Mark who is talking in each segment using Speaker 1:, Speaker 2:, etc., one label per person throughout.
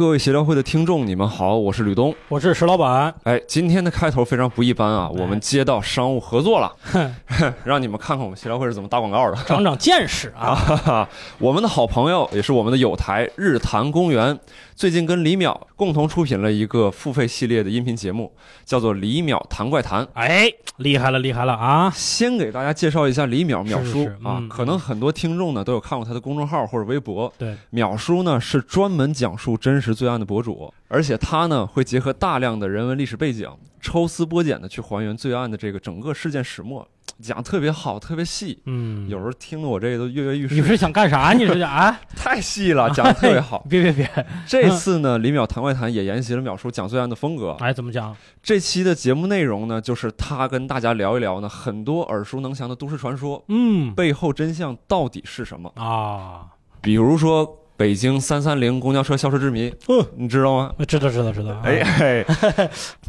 Speaker 1: 各位协调会的听众，你们好，我是吕东。
Speaker 2: 我是石老板，哎
Speaker 1: 哎，今天的开头非常不一般啊，我们接到商务合作了， 让你们看看我们协调会是怎么打广 告的。
Speaker 2: 长长见识
Speaker 1: 啊
Speaker 2: 啊！
Speaker 1: 哈哈， 我们的好朋友也是我们的友台日坛公园，最近跟李淼共同出品了一个付费系列的音频节目，叫做《李淼谈怪谈》。
Speaker 2: 哎，厉害了，厉害了啊！
Speaker 1: 先给大家介绍一下李淼
Speaker 2: 是
Speaker 1: 淼
Speaker 2: 是
Speaker 1: 叔
Speaker 2: 是
Speaker 1: 啊
Speaker 2: 嗯，
Speaker 1: 可能很多听众呢都有看过他的公众号或者微博。
Speaker 2: 对，
Speaker 1: 淼叔呢是专门讲述真实罪案的博主，而且他呢会结合大量的人文历史背景，抽丝剥茧的去还原罪案的这个整个事件始末，讲得特别好，特别细。
Speaker 2: 嗯，
Speaker 1: 有时候听得我这都跃跃欲
Speaker 2: 你
Speaker 1: 试，
Speaker 2: 是想干啥？你是啊？
Speaker 1: 太细了，讲得特别好。
Speaker 2: 别别别！
Speaker 1: 这次呢，李淼谈怪谈也沿袭了淼叔讲罪案的风格。
Speaker 2: 哎，怎么讲？
Speaker 1: 这期的节目内容呢，就是他跟大家聊一聊呢很多耳熟能详的都市传说
Speaker 2: 嗯
Speaker 1: 背后真相到底是什么。
Speaker 2: 啊，
Speaker 1: 比如说北京三三零公交车消失之谜，
Speaker 2: 嗯啊
Speaker 1: 你知道吗？
Speaker 2: 知道知道知道。
Speaker 1: 哎， 嘿，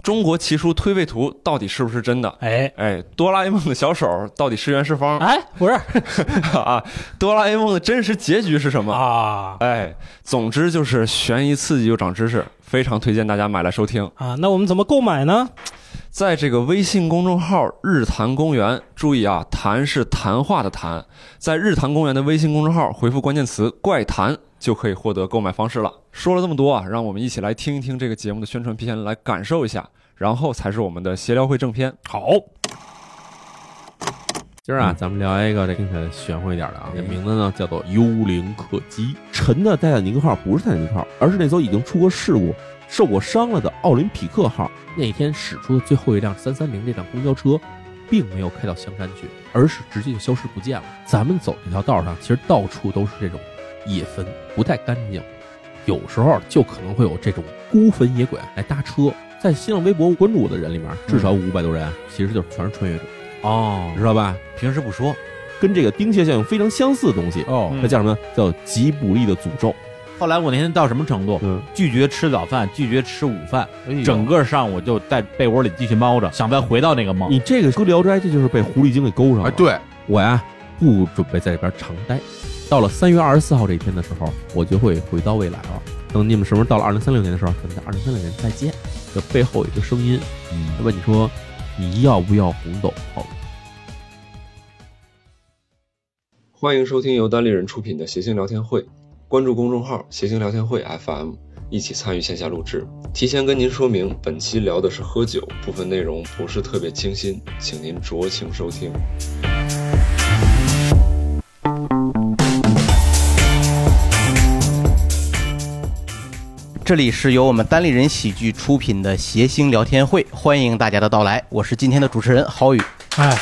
Speaker 1: 中国奇书推背图到底是不是真的？
Speaker 2: 哎
Speaker 1: 哎，哆啦 A 梦的小手到底是圆是方
Speaker 2: 哎，不是
Speaker 1: 啊？哆啦 A 梦的真实结局是什么？
Speaker 2: 啊
Speaker 1: 哎，总之就是悬疑刺激又长知识，非常推荐大家买来收听。
Speaker 2: 啊，那我们怎么购买呢？
Speaker 1: 在这个微信公众号“日坛公园”，注意啊，“谈”是谈话的“谈”，在“日坛公园”的微信公众号回复关键词“怪谈”，就可以获得购买方式了。说了这么多啊，让我们一起来听一听这个节目的宣传片，来感受一下，然后才是我们的协聊会正片。
Speaker 2: 好，
Speaker 3: 今儿
Speaker 4: 嗯
Speaker 3: 啊，咱们聊一个这听起来玄乎一点的
Speaker 4: 哎
Speaker 3: 啊，这名字呢叫做《幽灵客机》。沉的泰坦尼克号不是泰坦尼克号，而是那艘已经出过事故、受过伤了的奥林匹克号。那天驶出的最后一辆三三零这辆公交车，并没有开到香山去，而是直接就消失不见了。咱们走这条道上，其实到处都是这种野坟，不太干净。有时候就可能会有这种孤坟野鬼来搭车。在新浪微博关注我的人里面，至少五百多人，啊其实就是全是穿越者，
Speaker 5: 嗯哦
Speaker 3: 你，知道吧？
Speaker 5: 平时不说
Speaker 3: 跟这个丁蟹效应非常相似的东西，
Speaker 5: 哦
Speaker 3: 它叫什么呢？叫吉卜力的诅咒。
Speaker 5: 后来我那天到什么程度？
Speaker 3: 嗯，
Speaker 5: 拒绝吃早饭，拒绝吃午饭，
Speaker 2: 哎
Speaker 5: 整
Speaker 3: 整个
Speaker 5: 个上午就在被窝里继续猫着，想再回到那个梦。
Speaker 3: 你这个搁《聊斋》，这就是被狐狸精给勾上了。
Speaker 6: 哎，，对，
Speaker 3: 我呀不准备在这边常待。到了三月二十四号这一天的时候，我就会回到未来了。等你们什么时候到了二零三六年的时候，咱们在二零三六年再见。这背后有一个声音，
Speaker 5: 嗯，
Speaker 3: 问你说你要不要红豆泡
Speaker 1: 欢迎收听由单立人出品的《谐星聊天会》，关注公众号“谐星聊天会 FM”，一起参与线下录制。提前跟您说明，本期聊的是喝酒，部分内容不是特别清新，请您酌情收听。
Speaker 4: 这里是由我们单立人喜剧出品的谐星聊天会，欢迎大家的到来，我是今天的主持人郝宇。
Speaker 2: 哎，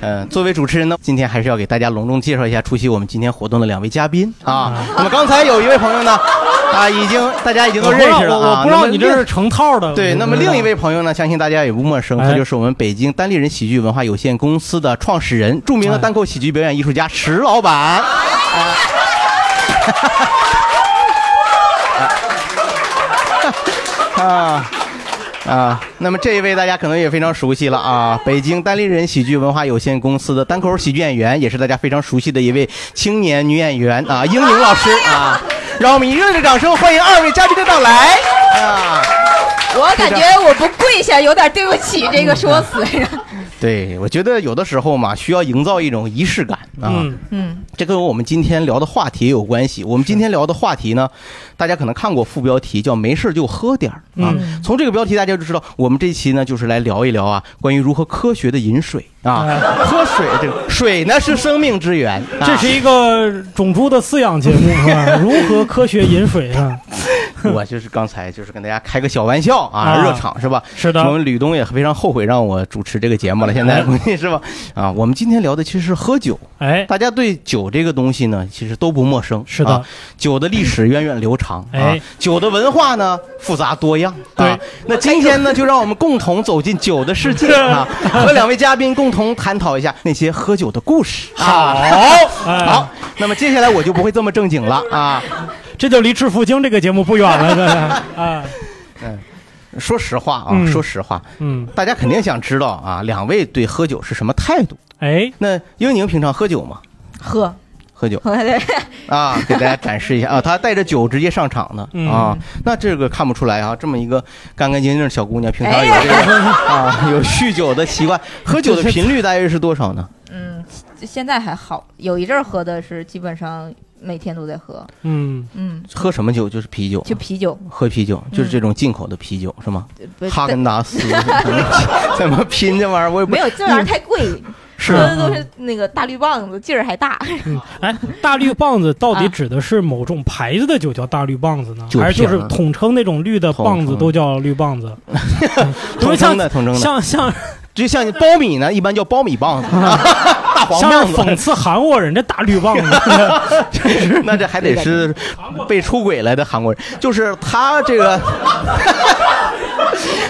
Speaker 4: 嗯、作为主持人呢，今天还是要给大家隆重介绍一下出席我们今天活动的两位嘉宾啊。
Speaker 2: 嗯
Speaker 4: 那么刚才有一位朋友 呢，啊，已经大家已经都
Speaker 2: 我不知
Speaker 4: 认
Speaker 2: 道
Speaker 4: 识了
Speaker 2: 我
Speaker 4: 啊。
Speaker 2: 我不知
Speaker 4: 那
Speaker 2: 道
Speaker 4: 么
Speaker 2: 你这是成套的。
Speaker 4: 对，那么另一位朋友呢，相信大家也不陌生，
Speaker 2: 哎
Speaker 4: 他就是我们北京单立人喜剧文化有限公司的创始人，著
Speaker 2: 哎
Speaker 4: 名的单口喜剧表演艺术家石老板。啊 啊啊！那么这一位大家可能也非常熟悉了啊，北京单立人喜剧文化有限公司的单口喜剧演员，也是大家非常熟悉的一位青年女演员啊，英宁老师啊。让我们以热烈的掌声欢迎二位嘉宾的到来啊！
Speaker 7: 我感觉我不跪下有点对不起这个说辞。
Speaker 4: 对，我觉得有的时候嘛，需要营造一种仪式感啊。
Speaker 2: 嗯，
Speaker 7: 嗯，
Speaker 4: 这跟我们今天聊的话题也有关系。我们今天聊的话题呢，大家可能看过副标题叫“没事就喝点儿”啊。
Speaker 2: 嗯
Speaker 4: 从这个标题大家就知道，我们这期呢就是来聊一聊啊，关于如何科学的饮水啊，喝水这个水呢是生命之源，啊、
Speaker 2: 嗯 这是一个种猪的饲养节目是吧？如何科学饮水啊？
Speaker 4: 我就是刚才就是跟大家开个小玩笑啊，
Speaker 2: 啊
Speaker 4: 热场是吧？
Speaker 2: 是的
Speaker 4: 我，们吕东也非常后悔让我主持这个节目了，现在是吧？啊，我们今天聊的其实是喝酒，
Speaker 2: 哎，
Speaker 4: 大家对酒这个东西呢，其实都不陌生。
Speaker 2: 是的
Speaker 4: 啊酒的历史源远流长，啊
Speaker 2: 哎，
Speaker 4: 酒的文化呢复杂多样。啊
Speaker 2: 对，
Speaker 4: 那今天呢，就让我们共同走进酒的世界 啊，和两位嘉宾共同探讨一下那些喝酒的故事。 好，
Speaker 2: 哎
Speaker 4: 好，那么接下来我就不会这么正经了啊。
Speaker 2: 这就离《致富经》这个节目不远了，这 是啊，
Speaker 4: 嗯说实话啊，
Speaker 2: 嗯
Speaker 4: 说实话，
Speaker 2: 嗯，
Speaker 4: 大家肯定想知道啊，两位对喝酒是什么态度？
Speaker 2: 哎，
Speaker 4: 那英宁平常喝酒吗？
Speaker 7: 喝
Speaker 4: 喝喝酒
Speaker 7: 对，
Speaker 4: 啊，给大家展示一下啊，她带着酒直接上场的
Speaker 2: 嗯
Speaker 4: 啊，那这个看不出来啊，这么一个干干净净的小姑娘，平常有这个啊有酗酒的习惯，喝酒的频率大约是多少呢？
Speaker 7: 嗯，现在还好，有一阵儿喝的是基本上每天都在喝，
Speaker 2: 嗯，
Speaker 7: 嗯，
Speaker 4: 喝什么酒就是啤酒，
Speaker 7: 就啤酒，嗯呃
Speaker 4: 喝啤酒就是这种进口的啤酒是吗？
Speaker 7: 不
Speaker 4: 哈根达斯 怎么拼这玩意儿？我也不
Speaker 7: 没有这玩意儿太贵，
Speaker 4: 是
Speaker 7: 喝的都是那个大绿棒子，劲儿还大。
Speaker 2: 哎，大绿棒子到底
Speaker 7: 啊
Speaker 2: 指的是某种牌子的酒叫大绿棒子呢，
Speaker 4: 酒瓶
Speaker 2: 还是就是
Speaker 4: 儿
Speaker 2: 统称那种绿的棒子都叫绿棒子？
Speaker 4: 统称的，统称的，
Speaker 2: 像像
Speaker 4: 就像苞米呢，一般叫苞米棒 子，大黄
Speaker 2: 像
Speaker 4: 棒
Speaker 2: 是
Speaker 4: 子。
Speaker 2: 讽刺韩国人，这大绿棒子
Speaker 4: 那这还得是被出轨来的韩国人，就是他这个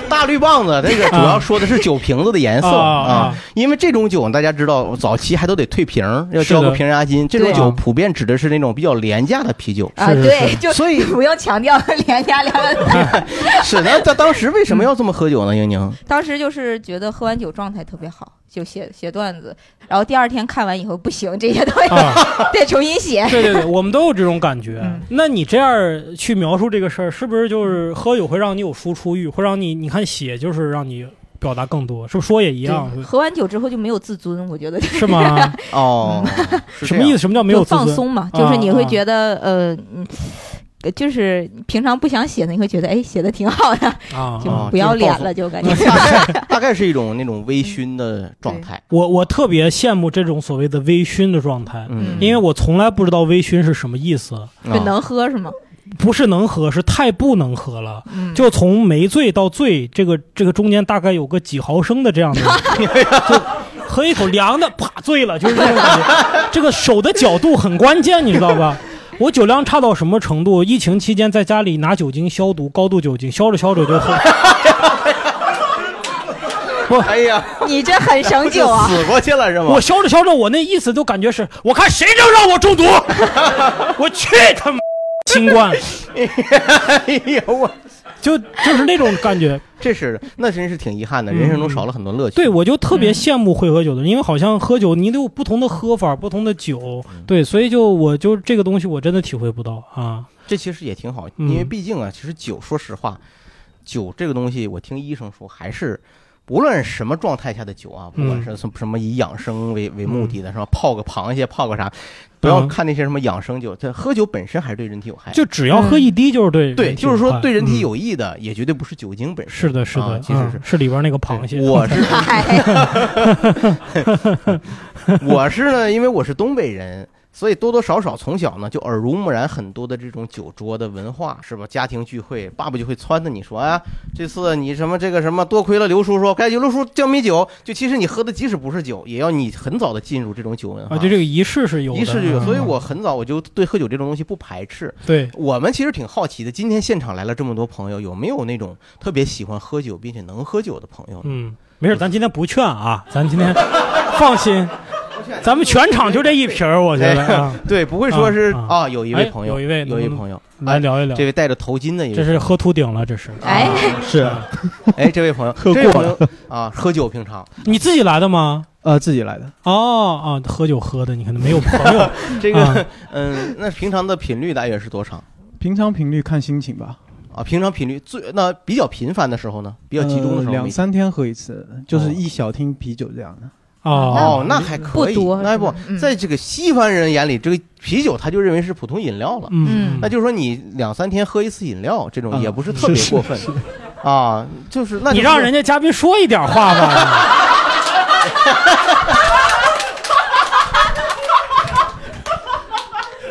Speaker 4: 大绿棒子，这个主要说的是酒瓶子的颜色
Speaker 2: 啊啊
Speaker 4: 啊
Speaker 2: 啊，
Speaker 4: 因为这种酒大家知道，早期还都得退瓶儿，要
Speaker 2: 是
Speaker 4: 交
Speaker 2: 的
Speaker 4: 个瓶押金。这种
Speaker 7: 对
Speaker 4: 酒普遍指的是那种比较廉价的啤酒。
Speaker 7: 啊，
Speaker 2: 是是
Speaker 7: 对
Speaker 2: 是，
Speaker 7: 就
Speaker 4: 所以
Speaker 7: 不用强调廉价 两个字。
Speaker 4: 是，那在当时为什么要这么喝酒呢？英宁，
Speaker 7: 当时就是觉得喝完酒状态特别好，就写写段子，然后第二天看完以后不行，这些东西、
Speaker 2: 啊。
Speaker 7: 得重新写。
Speaker 2: 对对对，我们都有这种感觉
Speaker 7: 嗯。
Speaker 2: 那你这样去描述这个事儿，是不是就是喝酒会让你有输出欲，会让你你看写就是让你表达更多，是不是说也一样？
Speaker 7: 对 喝完酒之后就没有自尊，我觉得
Speaker 2: 是吗？
Speaker 4: 哦，是这
Speaker 2: 什么
Speaker 4: 样
Speaker 2: 意思？什么叫没有
Speaker 7: 就
Speaker 2: 自
Speaker 7: 放
Speaker 2: 尊？
Speaker 7: 松嘛，
Speaker 2: 啊
Speaker 7: 就是你会
Speaker 2: 啊
Speaker 7: 觉得、呃嗯。就是平常不想写的，你会觉得哎写的挺好的，
Speaker 2: 啊
Speaker 7: 就
Speaker 4: 啊
Speaker 7: 不要脸了，就 感觉
Speaker 4: 大概是一种那种微醺的状态。
Speaker 2: 我我特别羡慕这种所谓的微醺的状态，
Speaker 4: 嗯，
Speaker 2: 因为我从来不知道微醺是什么意思，
Speaker 7: 就
Speaker 4: 啊
Speaker 7: 能喝是吗？
Speaker 2: 不是能喝，是太不能喝了。
Speaker 7: 嗯，
Speaker 2: 就从没醉到醉，这个这个中间大概有个几毫升的这样 的，就喝一口凉的，啪醉了，就是这种 感觉。 这个手的角度很关键，你知 道吧？我酒量差到什么程度？疫情期间在家里拿酒精消毒，高度酒精消着消 着就喝。
Speaker 4: 哎呀，
Speaker 7: 你这很省 酒
Speaker 4: 就
Speaker 7: 啊！
Speaker 4: 死过去了是吗
Speaker 2: 我？消着消着，我那意思都感觉是，我看谁能让我 中毒，我去他妈新冠，
Speaker 4: 哎呀，我
Speaker 2: 就就是那种感觉。 嗯
Speaker 4: 这是那真是挺遗憾的，人生中少了很多乐趣。
Speaker 2: 对，我就特别羡慕会喝酒的人，因为好像喝酒你得有不同的喝法、不同的酒，
Speaker 4: 嗯
Speaker 2: 对，所以就我就这个东西我真的体会不到啊。
Speaker 4: 这其实也挺好，
Speaker 2: 嗯
Speaker 4: 因为毕竟啊，其实酒，说实话，酒这个东西，我听医生说还是。无论什么状态下的酒啊，不
Speaker 2: 嗯
Speaker 4: 管是什什么以养生为为目的的，是吧？泡个螃蟹，泡个啥，不要
Speaker 2: 嗯
Speaker 4: 看那些什么养生酒，这喝酒本身还是对人体有害。
Speaker 2: 就只要喝一滴就是对人体有害，
Speaker 4: 哎嗯对，就是说对人体
Speaker 2: 嗯。
Speaker 4: 有益的，也绝对不是酒精本身。
Speaker 2: 是的，是的，
Speaker 4: 啊其实
Speaker 2: 嗯
Speaker 4: 是
Speaker 2: 是里边那个螃蟹。
Speaker 4: 我 是
Speaker 7: 嗨，
Speaker 4: 我是呢，因为我是东北人，所以多多少少从小呢就耳濡目染很多的这种酒桌的文化，是吧？家庭聚会，爸爸就会撺掇你说，哎呀，这次你什么这个什么，多亏了刘叔说，该刘叔江米酒。就其实你喝的即使不是酒，也要你很早的进入这种酒文化。
Speaker 2: 啊，就这个仪式是有的，
Speaker 4: 仪式就有，
Speaker 2: 嗯
Speaker 4: 所以我很早我就对喝酒这种东西不排斥。
Speaker 2: 对
Speaker 4: 我们其实挺好奇的，今天现场来了这么多朋友，有没有那种特别喜欢喝酒并且能喝酒的朋友呢？
Speaker 2: 嗯，没事，咱今天不劝啊，咱今 天放
Speaker 4: 嗯
Speaker 2: 心，咱们全场就这一瓶儿，我觉得啊，
Speaker 4: 对，不会说是
Speaker 2: 啊
Speaker 4: 啊，有一位
Speaker 2: 哎
Speaker 4: 朋友，
Speaker 2: 有一位
Speaker 4: 有一
Speaker 2: 能不能
Speaker 4: 朋友，啊
Speaker 2: 来聊一聊
Speaker 4: 这，位戴着头巾的一位，
Speaker 2: 这是喝秃顶了，这 是啊
Speaker 7: 哎，
Speaker 6: 是
Speaker 4: 啊哎，这位 朋友，
Speaker 6: 喝
Speaker 4: 这位
Speaker 6: 过
Speaker 4: 朋
Speaker 6: 了
Speaker 4: 友啊，喝酒平常
Speaker 2: 你自己来的吗？
Speaker 6: 呃自己来的，
Speaker 2: 哦哦，喝酒喝的，你可能没有朋 友，
Speaker 4: 这个、
Speaker 2: 啊
Speaker 4: 嗯，那平常的频率大约是多少
Speaker 6: 平常频率看心情吧，
Speaker 4: 啊？平常频率最那比较频繁的时候呢，比较集中的时
Speaker 6: 呃
Speaker 4: 候
Speaker 6: 两
Speaker 4: 没
Speaker 6: 三天喝一次，就是
Speaker 4: 哦
Speaker 6: 一小听啤酒这样的。
Speaker 2: 哦
Speaker 4: 哦，那还可以，
Speaker 7: 不多
Speaker 4: 那不
Speaker 7: 嗯
Speaker 4: 在这个西方人眼里，这个啤酒他就认为是普通饮料了。
Speaker 2: 嗯，
Speaker 4: 那就是说，你两三天喝一次饮料，这种
Speaker 6: 嗯
Speaker 4: 也不是特别
Speaker 6: 是
Speaker 4: 过分 啊。就是那
Speaker 2: 你
Speaker 4: 就是
Speaker 2: 让人家嘉宾说一点话吧。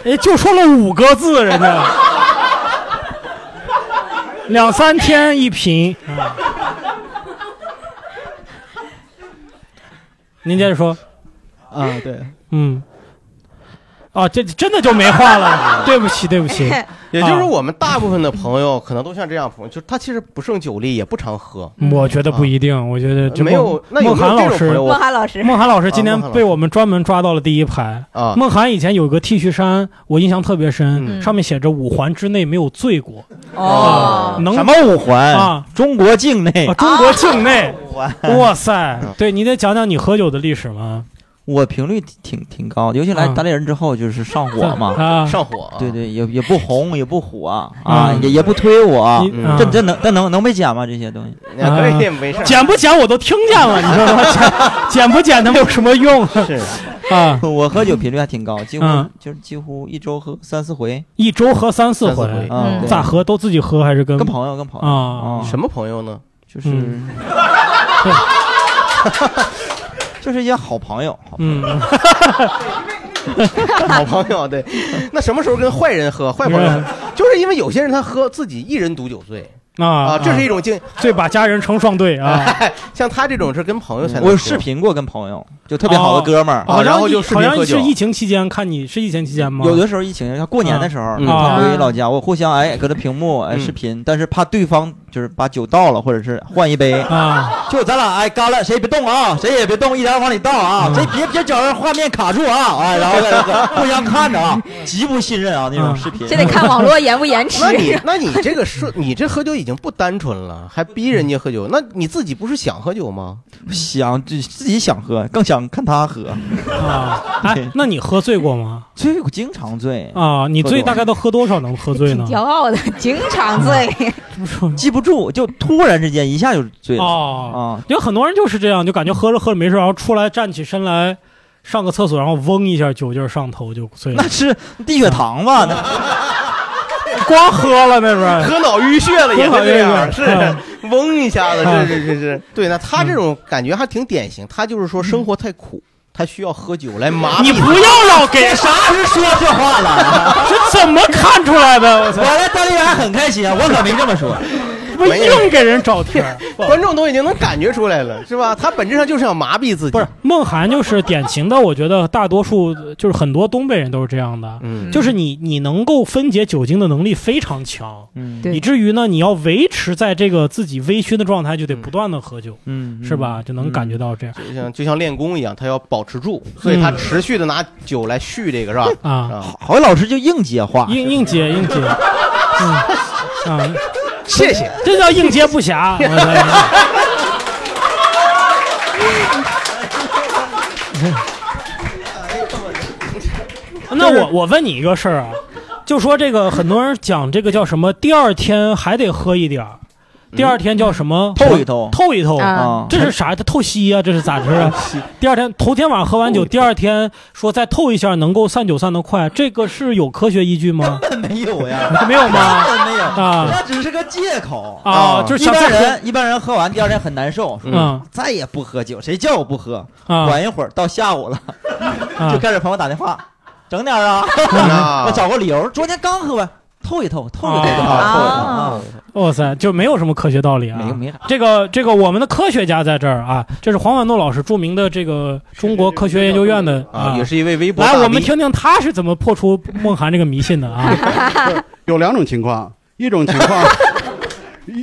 Speaker 2: 哎，就说了五个字，人家两三天一瓶。
Speaker 8: 嗯
Speaker 2: 啊您接着说，
Speaker 6: 啊，对，
Speaker 2: 嗯，啊，这真的就没话 了，对不起，对不起，
Speaker 4: 也就是
Speaker 2: 啊
Speaker 4: 我们大部分的朋友可能都像这样朋友，就是他其实不胜酒力，也不常喝。
Speaker 2: 我觉得不一定，我觉得这
Speaker 4: 没有
Speaker 2: 孟
Speaker 4: 那有
Speaker 2: 孟
Speaker 4: 没有
Speaker 2: 涵
Speaker 4: 这种
Speaker 2: 老
Speaker 4: 朋
Speaker 2: 师
Speaker 4: 友
Speaker 7: 莫涵老师，
Speaker 2: 孟涵老师今
Speaker 4: 啊
Speaker 2: 天
Speaker 4: 孟涵老师
Speaker 2: 被我们专门抓到了第一排。
Speaker 4: 啊？
Speaker 2: 孟涵以前有一个 T 恤衫，我印象特别深，
Speaker 7: 嗯
Speaker 2: 上面写着“五环之内没有醉过
Speaker 4: 哦
Speaker 2: 能
Speaker 6: 什么五环
Speaker 2: 啊
Speaker 6: 中国境”，内
Speaker 2: 啊，中国境内。
Speaker 6: 环
Speaker 2: 哇塞，对你得讲讲你喝酒的历史吗？
Speaker 8: 我频率挺挺高，尤其来
Speaker 2: 啊
Speaker 8: 单立人之后就是上火嘛，
Speaker 2: 啊，
Speaker 4: 上火，
Speaker 8: 对，对，也也不红，也不火啊
Speaker 2: 啊，
Speaker 8: 也也不推我，
Speaker 2: 你
Speaker 4: 嗯
Speaker 8: 这这能但能能被剪吗？这些东 西
Speaker 4: 可以没事儿。
Speaker 2: 嗯剪不剪我都听见了，你知道吗？剪剪不剪他们有什么用
Speaker 4: 是
Speaker 2: 啊？
Speaker 8: 我喝酒频率还挺高，几乎
Speaker 2: 嗯
Speaker 8: 就是几乎一周喝三四回，
Speaker 2: 一周喝三四回
Speaker 4: 三四，回
Speaker 8: 啊
Speaker 7: 嗯，
Speaker 8: 对
Speaker 2: 咋喝？都自己喝还是跟
Speaker 8: 跟朋友跟朋友
Speaker 2: 啊？
Speaker 8: 啊，
Speaker 4: 什么朋友呢？
Speaker 8: 就是
Speaker 2: 嗯
Speaker 8: 就是一些好朋友，
Speaker 2: 嗯，
Speaker 4: 好朋友，对。那什么时候跟坏人喝？坏朋友
Speaker 2: 嗯
Speaker 4: 就是因为有些人他喝自己一人独酒醉
Speaker 2: 啊
Speaker 4: 啊，这是一
Speaker 2: 种
Speaker 4: 种境。
Speaker 2: 对把家人成双 对啊，
Speaker 4: 哎像他这种是跟朋友才能喝。
Speaker 8: 我有视频过跟朋 友，就特别好的哥们儿，
Speaker 4: 哦然后就视
Speaker 2: 好
Speaker 4: 频
Speaker 2: 像
Speaker 4: 喝
Speaker 2: 是
Speaker 4: 酒
Speaker 2: 疫情期间看你是疫情期间吗？
Speaker 8: 有的时候疫情，像过年的时候，
Speaker 4: 嗯
Speaker 8: 他
Speaker 2: 啊
Speaker 8: 回老家，我互相哎隔着屏幕哎
Speaker 4: 嗯
Speaker 8: 视频，但是怕对方就是把酒倒了，或者是换一杯，
Speaker 2: 啊，
Speaker 8: 就咱俩哎干了，谁也别动啊，谁也别动，一点往里倒啊，
Speaker 2: 嗯
Speaker 8: 谁别别整让画面卡住啊，哎，然后在这互相看着 啊，极不信任啊那种
Speaker 2: 嗯
Speaker 8: 视频
Speaker 7: 这，得看网络延不延迟
Speaker 4: 那。你那你这个说，你这喝酒已经不单纯了，还逼人家喝酒，那你自己不是想喝酒吗？
Speaker 8: 想就自己想喝，更想看他喝，
Speaker 2: 啊，哎，那你喝醉过吗？
Speaker 8: 醉我经常醉，
Speaker 2: 啊，你
Speaker 8: 喝多
Speaker 2: 醉大概都喝多少能喝醉
Speaker 7: 挺
Speaker 8: 啊
Speaker 2: 呢？
Speaker 7: 骄傲的，经常醉。
Speaker 8: 记不住，就突然之间一下就醉了
Speaker 2: 哦，
Speaker 8: 啊，
Speaker 2: 有很多人就是这样，就感觉喝着喝着没事，然后出来站起身来上个厕所，然后嗡一下酒劲儿上头就醉了
Speaker 8: 那，是低血糖吧？那
Speaker 2: 光喝了那 边。
Speaker 4: 喝脑淤血了也会这样，是
Speaker 2: 喝脑
Speaker 8: 嗯
Speaker 2: 淤
Speaker 4: 嗡一下子，
Speaker 2: 啊
Speaker 4: 是是是是。对，那他这种感觉还挺典型，他就是说生活太苦，他需要喝酒来麻
Speaker 2: 你
Speaker 4: 痹
Speaker 2: 不要老给
Speaker 8: 啥时说这话 了？
Speaker 2: 这怎么看出来的？我操
Speaker 8: 我，来单立人很开心，啊我可没这么 说。
Speaker 2: 不硬给人找贴儿。
Speaker 4: 他。观众都已经能感觉出来了，是吧？他本质上就是想麻痹自己。
Speaker 2: 不是，梦涵就是典型的，我觉得大多数就是很多东北人都是这样的，
Speaker 4: 嗯，
Speaker 2: 就是你你能够分解酒精的能力非常强，
Speaker 8: 嗯
Speaker 7: 对
Speaker 2: 以至于呢，你要维持在这个自己微醺的状态，就得不断的喝酒，
Speaker 8: 嗯
Speaker 2: 是？吧？就能感觉到这样
Speaker 4: 就像就像练功一样，他要保持住，所以他
Speaker 2: 嗯
Speaker 4: 持续的拿酒来续这个，是吧？
Speaker 2: 啊，
Speaker 4: 啊，
Speaker 8: 郝老师就硬接话，
Speaker 2: 应应接应接，嗯啊，
Speaker 4: 谢谢。
Speaker 2: 这叫应接不暇。我操那我我问你一个事儿啊，就说这个很多人讲这个叫什么，第二天还得喝一点儿，第二天叫什么？
Speaker 8: 透一透
Speaker 2: 透一透
Speaker 7: 啊
Speaker 8: 啊，
Speaker 2: 这是啥？它透析啊？这是咋回事啊？第二天头天晚上喝完酒，第二天说再透一下，能够散酒散得快，这个是有科学依据吗？
Speaker 8: 根本没有呀，
Speaker 2: 没有吗？
Speaker 8: 根本没有
Speaker 2: 啊
Speaker 8: 那只是个借口。
Speaker 2: 啊，就是
Speaker 8: 一
Speaker 2: 想再
Speaker 8: 般
Speaker 2: 喝
Speaker 8: 人一般人喝完第二天很难受，说
Speaker 2: 嗯
Speaker 8: 再也不喝酒，谁叫我不喝？
Speaker 2: 啊
Speaker 8: 缓一会儿到下午了， 就
Speaker 2: 啊
Speaker 8: 开始朋友打电话，整点儿啊，
Speaker 4: 啊
Speaker 8: 我找个理由，昨天刚喝完，透一透，透一透啊，
Speaker 2: 啊
Speaker 8: 透一透
Speaker 7: 啊
Speaker 8: 啊，
Speaker 2: 哇塞，就没有什么科学道理啊。
Speaker 8: 没没啥。
Speaker 2: 这个这个，我们的科学家在这儿啊，这是黄婉诺老师，著名的这个中国科学研究院的
Speaker 4: 啊，也是一位微博大
Speaker 2: 来，我
Speaker 4: V
Speaker 2: 们听听他是怎么破除梦涵这个迷信的啊？
Speaker 9: 有两种情况，一种情 况，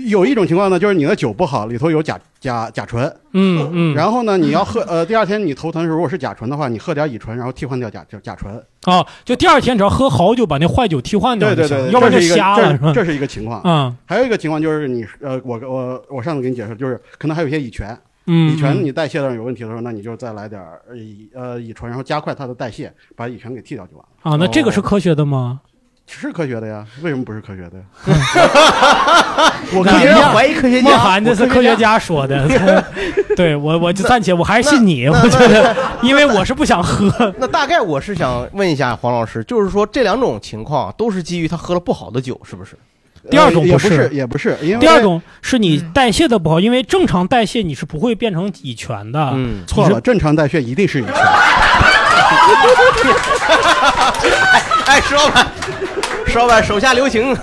Speaker 9: 有一种情况呢，就是你的酒不好，里头有甲甲甲醇，
Speaker 2: 嗯嗯，
Speaker 9: 然后呢，你要喝呃，第二天你头疼的时候，如果是甲醇的话，你喝点乙醇，然后替换掉甲甲甲醇。
Speaker 2: 哦，就第二天只要喝好酒把那坏酒替换掉
Speaker 9: 对
Speaker 2: 就
Speaker 9: 对
Speaker 2: 行，
Speaker 9: 对，
Speaker 2: 要不然
Speaker 9: 这
Speaker 2: 就是
Speaker 9: 一个
Speaker 2: 瞎
Speaker 9: 这
Speaker 2: 了
Speaker 9: 是
Speaker 2: 是吧？
Speaker 9: 这是一个情况。
Speaker 2: 嗯
Speaker 9: 还有一个情况就是你呃，我我我上次给你解释，就是可能还有一些乙醛，
Speaker 2: 嗯，
Speaker 9: 乙醛你代谢上有问题的时候，那你就再来点儿呃乙呃乙醇，然后加快它的代谢，把乙醛给替掉就完了。哦
Speaker 2: 啊，那这个是科学的吗？
Speaker 9: 是科学的呀，为什么不是科学 的呀？
Speaker 4: 我别让怀疑科学
Speaker 2: 梦
Speaker 4: 家，
Speaker 2: 涵这是科学家说的， 对我我就暂且我还是信你，
Speaker 4: 那那
Speaker 2: 我觉得，因为我是不想喝。
Speaker 4: 那大概我是想问一下黄老师，就是说这两种情况都是基于他喝了不好的酒，是不是？
Speaker 2: 第二种
Speaker 9: 呃也
Speaker 2: 不
Speaker 9: 不
Speaker 2: 是
Speaker 9: 也不是，因为
Speaker 2: 第二种是你
Speaker 7: 嗯
Speaker 2: 代谢的不好，因为正常代谢你是不会变成乙醛的。
Speaker 4: 嗯，
Speaker 9: 错了，正常代谢一定是乙醛。
Speaker 4: 哎，石老板，石老哎板手下留情，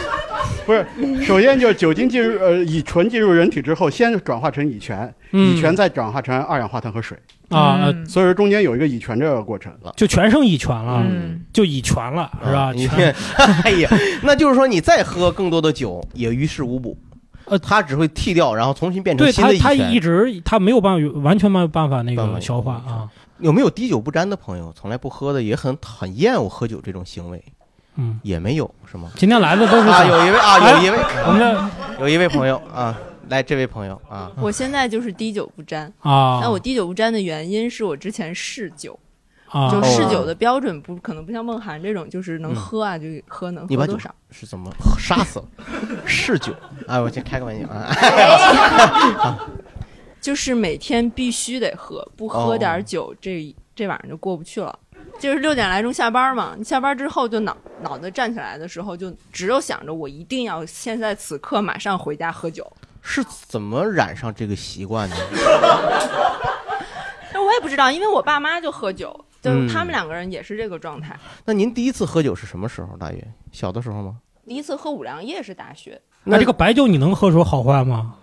Speaker 9: 不是，首先就是酒精进入呃乙醇进入人体之后，先转化成乙醛，
Speaker 2: 嗯
Speaker 9: 乙醛再转化成二氧化碳和水，
Speaker 2: 啊，
Speaker 4: 呃
Speaker 7: 嗯
Speaker 9: 所以说中间有一个乙醛这个过程。
Speaker 2: 就全剩乙醛了，
Speaker 7: 嗯
Speaker 2: 就乙醛了，是吧？
Speaker 4: 啊你
Speaker 2: 全
Speaker 4: 哎呀，那就是说你再喝更多的酒也于事无补，
Speaker 2: 呃
Speaker 4: 它只会替掉，然后重新变成
Speaker 2: 对
Speaker 4: 新
Speaker 2: 他
Speaker 4: 的乙
Speaker 2: 他
Speaker 4: 醛。
Speaker 2: 一直他没有办法完全没有办法那
Speaker 4: 办法
Speaker 2: 个消化啊，
Speaker 4: 有没有滴酒不沾的朋友？从来不喝的也很很厌恶喝酒这种行为，
Speaker 2: 嗯。
Speaker 4: 也没有是吗？
Speaker 2: 今天来的都是哎
Speaker 4: 啊，有一位啊，有一位，
Speaker 2: 我们的
Speaker 4: 有一位朋友啊，来，这位朋友啊，
Speaker 10: 我现在就是滴酒不沾
Speaker 4: 啊
Speaker 10: 那我滴酒不沾的原因是我之前试酒，
Speaker 4: 啊
Speaker 10: 就试酒的标准不可能不像孟涵这种，就是能
Speaker 4: 嗯
Speaker 10: 喝啊、就喝，能
Speaker 4: 你
Speaker 10: 喝
Speaker 4: 把酒
Speaker 10: 多少。
Speaker 4: 是怎么杀死了？嗜 酒啊，我先开个玩笑啊。
Speaker 7: 哎
Speaker 10: 就是每天必须得喝，不喝点
Speaker 4: 哦
Speaker 10: 儿酒，这这晚上就过不去了。就是六点来钟下班嘛，你下班之后就脑脑子站起来的时候，就只有想着我一定要现在此刻马上回家喝酒。
Speaker 4: 是 怎么染上这个习惯的？
Speaker 10: 但我也不知道，因为我爸妈就喝酒，就是
Speaker 4: 嗯
Speaker 10: 他们两个人也是这个状态。
Speaker 4: 那您第一次喝酒是什么时候？大约小的时候吗？
Speaker 10: 第一次喝五粮液是大学，
Speaker 2: 那这个白酒你能喝出好坏吗？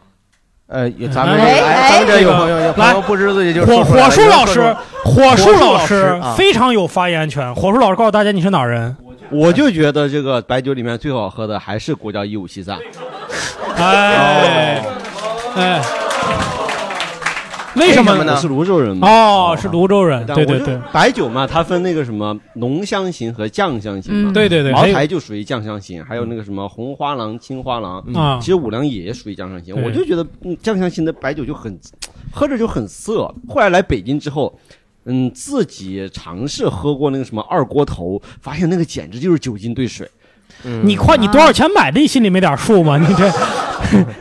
Speaker 4: 呃，有咱们这个哎咱们这有朋友有朋友不知自己就
Speaker 2: 火
Speaker 4: 说出来
Speaker 2: 火
Speaker 4: 了
Speaker 2: 树
Speaker 4: 有
Speaker 2: 老
Speaker 4: 各
Speaker 2: 师
Speaker 4: 种，
Speaker 2: 火树
Speaker 4: 火树
Speaker 2: 老
Speaker 4: 老师
Speaker 2: 师
Speaker 4: 啊
Speaker 2: 非常有发言权。火树老师告诉大家你是哪儿人，
Speaker 11: 我就觉得这个白酒里面最好喝的还是国窖一五七三。
Speaker 5: 哦
Speaker 2: 哎哎，为什么呢
Speaker 11: 我是泸州人嘛。
Speaker 2: 哦，是泸州人，
Speaker 11: 但
Speaker 2: 对对
Speaker 11: 我就
Speaker 2: 对，
Speaker 11: 白酒嘛，它分那个什么浓香型和酱香型嘛。
Speaker 2: 嗯对对对
Speaker 11: 茅
Speaker 2: 还
Speaker 11: 台
Speaker 2: 有
Speaker 11: 就属于酱香型，还有那个什么红花郎、青花郎
Speaker 2: 嗯啊
Speaker 11: 其实五粮液也属于酱香型。
Speaker 2: 对
Speaker 11: 我就觉得嗯酱香型的白酒就很，喝着就很涩。后来来北京之后。嗯，自己尝试喝过那个什么二锅头，发现那个简直就是酒精兑水。嗯
Speaker 2: 你快，你多少钱买的？你心里没点数吗？你这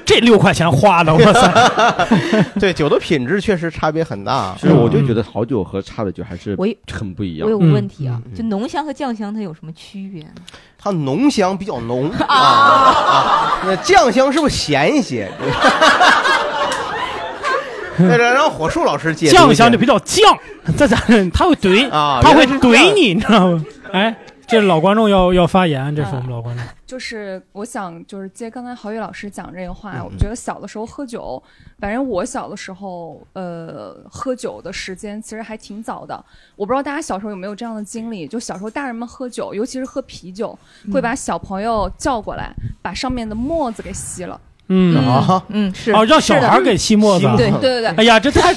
Speaker 2: 这六块钱花的，哇塞！
Speaker 4: 对酒的品质确实差别很大。嗯
Speaker 11: 其实我就觉得好酒和差的酒还是
Speaker 7: 我
Speaker 11: 很不一样。
Speaker 7: 我有个问题
Speaker 2: 嗯
Speaker 7: 啊， 就浓香和酱香它有什么区别呢？
Speaker 4: 它浓香比较浓啊啊，那酱香是不是咸一些？ 那让让火树老师解读一下
Speaker 2: 酱香就比较犟，在咱这他会怼
Speaker 4: 啊
Speaker 2: 他会
Speaker 4: 原来是这
Speaker 2: 怼
Speaker 4: 样
Speaker 2: 你，你知道吗？哎，这老观众要要发言，这是我们老观
Speaker 4: 啊
Speaker 2: 众。
Speaker 12: 就是我想就是接刚才郝宇老师讲这个话，
Speaker 2: 嗯
Speaker 12: 我觉得小的时候喝酒，反正我小的时候呃喝酒的时间其实还挺早的。我不知道大家小时候有没有这样的经历，就小时候大人们喝酒，尤其是喝啤酒，会
Speaker 2: 嗯
Speaker 12: 把小朋友叫过来，把上面的沫子给吸了。
Speaker 2: 嗯
Speaker 4: 啊，
Speaker 7: 嗯是
Speaker 2: 哦，让小孩儿给吸沫子啊，
Speaker 12: 是的对对对对
Speaker 2: 哎呀，这太，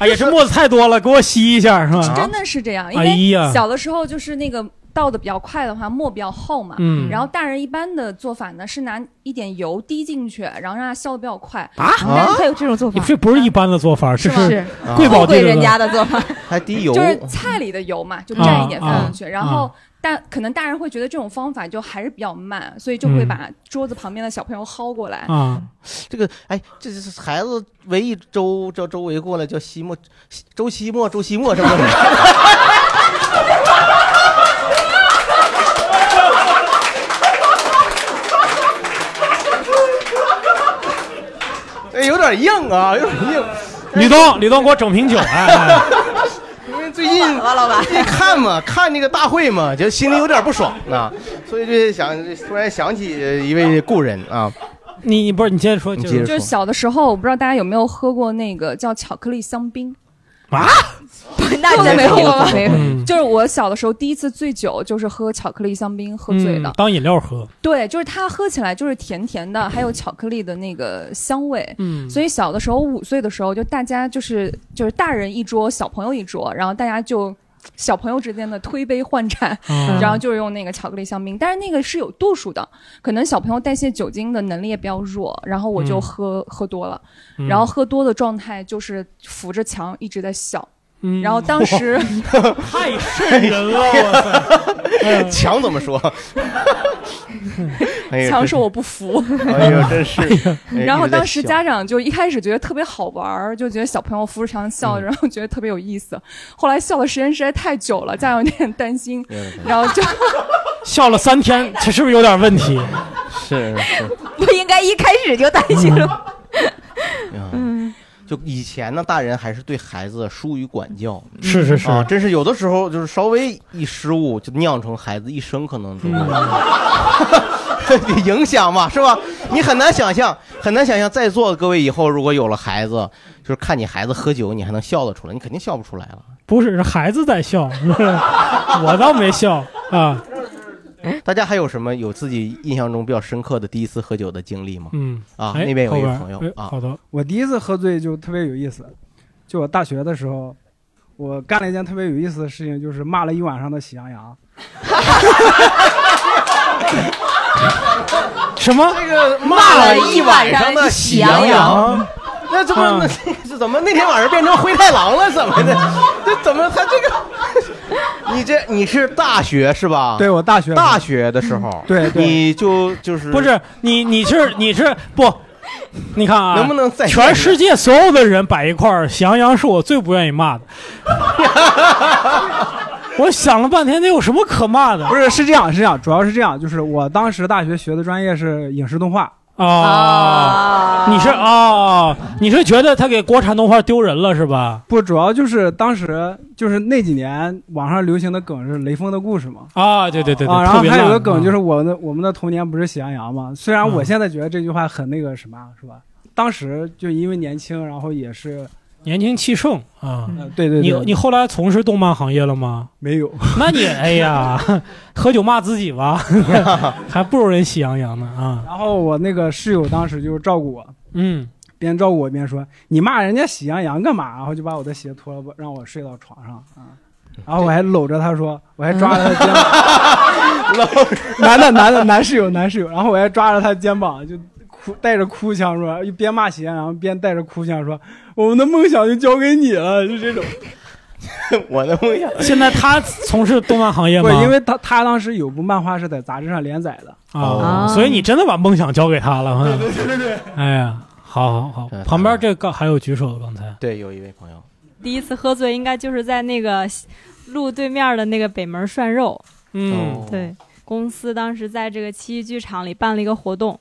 Speaker 2: 哎呀，这沫子太多了，给我吸一下是吧？
Speaker 12: 真的是这样，因
Speaker 2: 哎
Speaker 12: 为
Speaker 2: 呀
Speaker 12: 小的时候就是那个倒的比较快的话，沫比较厚嘛。
Speaker 2: 嗯
Speaker 12: 然后大人一般的做法呢是拿一点油滴进去，然后让它消的比较快。
Speaker 2: 啊
Speaker 12: 但是它有
Speaker 7: 这种做
Speaker 2: 你这不是一般的做法，这
Speaker 12: 是吗
Speaker 2: 是
Speaker 12: 是
Speaker 2: 贵宝
Speaker 12: 富贵
Speaker 2: 地的
Speaker 12: 人家
Speaker 7: 的做法，
Speaker 4: 还滴油
Speaker 12: 就是菜里的油嘛，就蘸一点放进去，
Speaker 2: 啊啊
Speaker 12: 然后。但可能大人会觉得这种方法就还是比较慢，所以就会把桌子旁边的小朋友薅过来。
Speaker 2: 嗯啊，
Speaker 4: 这个哎，这是孩子围一周，叫周围过来叫西莫，西周西莫，周西莫是不是？ 哎，有点硬啊，有点硬。
Speaker 2: 吕东，吕东给我整瓶酒，哎，哎
Speaker 4: 因为最近最近看嘛，看那个大会嘛，就心里有点不爽啊，所以就想突然想起呃一位故人啊。
Speaker 2: 你你不是你接着说，
Speaker 4: 你接着
Speaker 12: 就是小的时候，我不知道大家有没有喝过那个叫巧克力香槟
Speaker 2: 啊？
Speaker 12: 那
Speaker 7: 真
Speaker 12: 没
Speaker 7: 没
Speaker 12: 喝过
Speaker 7: 有
Speaker 12: 吧
Speaker 7: 没有
Speaker 2: 嗯
Speaker 12: 就是我小的时候第一次醉酒，就是喝巧克力香槟喝醉的。
Speaker 2: 嗯当饮料喝，
Speaker 12: 对，就是它喝起来就是甜甜的，还有巧克力的那个香味。
Speaker 2: 嗯
Speaker 12: 所以小的时候五岁的时候，就大家就是就是大人一桌，小朋友一桌，然后大家就。小朋友之间的推杯换盏，
Speaker 2: 嗯
Speaker 12: 然后就是用那个巧克力香槟，但是那个是有度数的，可能小朋友代谢酒精的能力也比较弱，然后我就
Speaker 2: 嗯
Speaker 12: 喝、喝多了，
Speaker 2: 嗯
Speaker 12: 然后喝多的状态就是扶着墙一直在笑，然后当时
Speaker 2: 嗯 太瘆人了，我
Speaker 4: 强怎么说？
Speaker 2: 嗯
Speaker 4: 哎呀
Speaker 12: 强说我不服。
Speaker 4: 哎呦，真是！哎
Speaker 12: 然后当时
Speaker 4: 一直在
Speaker 12: 家长就一开始觉得特别好玩儿，就觉得小朋友扶着墙笑，
Speaker 4: 嗯
Speaker 12: 然后觉得特别有意思。后来笑的时间实在太久了，家长有点担心
Speaker 2: 有
Speaker 4: 嗯
Speaker 2: 点担，心
Speaker 12: 然后就
Speaker 2: 笑了三天，这是不是有点 问题？
Speaker 4: 是是，
Speaker 7: 不应该一开始就担心了。
Speaker 2: 啊
Speaker 7: 嗯，
Speaker 4: 就以前呢，大人还是对孩子疏于管教，
Speaker 2: 是是是
Speaker 4: 啊，真是有的时候就是稍微一失误，就酿成孩子一生可能都、
Speaker 2: 嗯
Speaker 4: 影响嘛，是吧？你很难想象，很难想象，在座的各位以后如果有了孩子，就是看你孩子喝酒，你还能笑得出来，你肯定笑不出来了。
Speaker 2: 不是，是孩子在笑，我倒没笑啊。
Speaker 4: 哎大家还有什么有自己印象中比较深刻的第一次喝酒的经历吗？
Speaker 2: 嗯
Speaker 4: 啊，
Speaker 13: 哎
Speaker 4: 那边有一
Speaker 13: 后
Speaker 4: 个
Speaker 13: 边
Speaker 4: 朋友
Speaker 13: 哎
Speaker 4: 啊，
Speaker 2: 好的，
Speaker 13: 我第一次喝醉就特别有意思，就我大学的时候，我干了一件特别有意思的事情，就是骂了一 晚上的喜羊羊。
Speaker 2: 什
Speaker 8: 啊
Speaker 2: 么？
Speaker 4: 这个
Speaker 2: 骂
Speaker 4: 骂
Speaker 2: 了
Speaker 4: 了
Speaker 2: 一
Speaker 4: 一晚
Speaker 2: 晚
Speaker 4: 上
Speaker 2: 上
Speaker 4: 的
Speaker 2: 的
Speaker 4: 喜
Speaker 2: 喜
Speaker 4: 羊
Speaker 2: 羊
Speaker 4: 羊
Speaker 2: 羊，
Speaker 4: 那这不
Speaker 2: 啊
Speaker 13: 嗯
Speaker 4: 是怎么那 天晚上变成灰太狼了？ 怎么的？这怎么他这个？ 你这你是大学是吧？
Speaker 13: 对我大学嗯
Speaker 4: 大学的时候，
Speaker 13: 对对
Speaker 4: 你就就是
Speaker 2: 不是你，你是你是不？你看啊，
Speaker 4: 能不能再
Speaker 2: 全世界所有的人摆一块儿，喜羊羊是我最不愿意骂的。我想了半天，那有什么可骂的？
Speaker 13: 不是，是这样，是这样，主要是这样，就是我当时大学学的专业是影视动画。
Speaker 2: 啊，你是啊，
Speaker 13: 哦
Speaker 2: 你是觉得他给国产动画丢人了是吧？
Speaker 13: 不，主要就是当时就是那几年网上流行的梗是《雷锋的故事》嘛，
Speaker 2: 啊，对对对对，
Speaker 13: 啊，然
Speaker 2: 特
Speaker 13: 后
Speaker 2: 别
Speaker 13: 还有个
Speaker 2: 烂
Speaker 13: 梗
Speaker 2: 啊
Speaker 13: 就是我的我们的童年不是喜羊羊嘛，虽然我
Speaker 2: 嗯
Speaker 13: 现在觉得这句话很那个什么，啊是吧？当时就因为年轻，然后也是
Speaker 2: 年轻气盛啊。
Speaker 13: 对对对
Speaker 2: 你你后来从事动漫行业了吗？
Speaker 13: 没有。
Speaker 2: 那你哎呀， 喝酒骂自己吧， 还不如人喜羊羊呢啊。
Speaker 13: 然后我那个室友当时就照顾我，
Speaker 2: 嗯，
Speaker 13: 边照顾我边说：“你骂人家喜羊羊干嘛？”然后就把我的鞋脱了，让我睡到床上
Speaker 2: 嗯
Speaker 13: 啊。然后我还搂着他 说，我还抓着他肩膀， 男的男的男室友男室友，然后我还抓着他肩膀就哭带着哭腔说，一边骂喜羊羊边带着哭腔说，我们的梦想就交给你了，就这种。
Speaker 4: 我的梦想。
Speaker 2: 现在他从事动漫行业
Speaker 13: 不
Speaker 2: 吗？
Speaker 13: 是，因为他他当时有部漫画是在杂志上连载的，
Speaker 2: 啊
Speaker 13: 哦，
Speaker 2: 所以你真的把梦想交给他了。对
Speaker 13: 对对对。
Speaker 2: 哎呀，好好好，旁边这个还有举手的，刚才
Speaker 4: 对，有一位朋友，
Speaker 14: 第一次喝醉应该就是在那个路对面的那个北门涮肉。
Speaker 2: 嗯
Speaker 14: 对，公司当时在这个七一剧场里办了一个活动，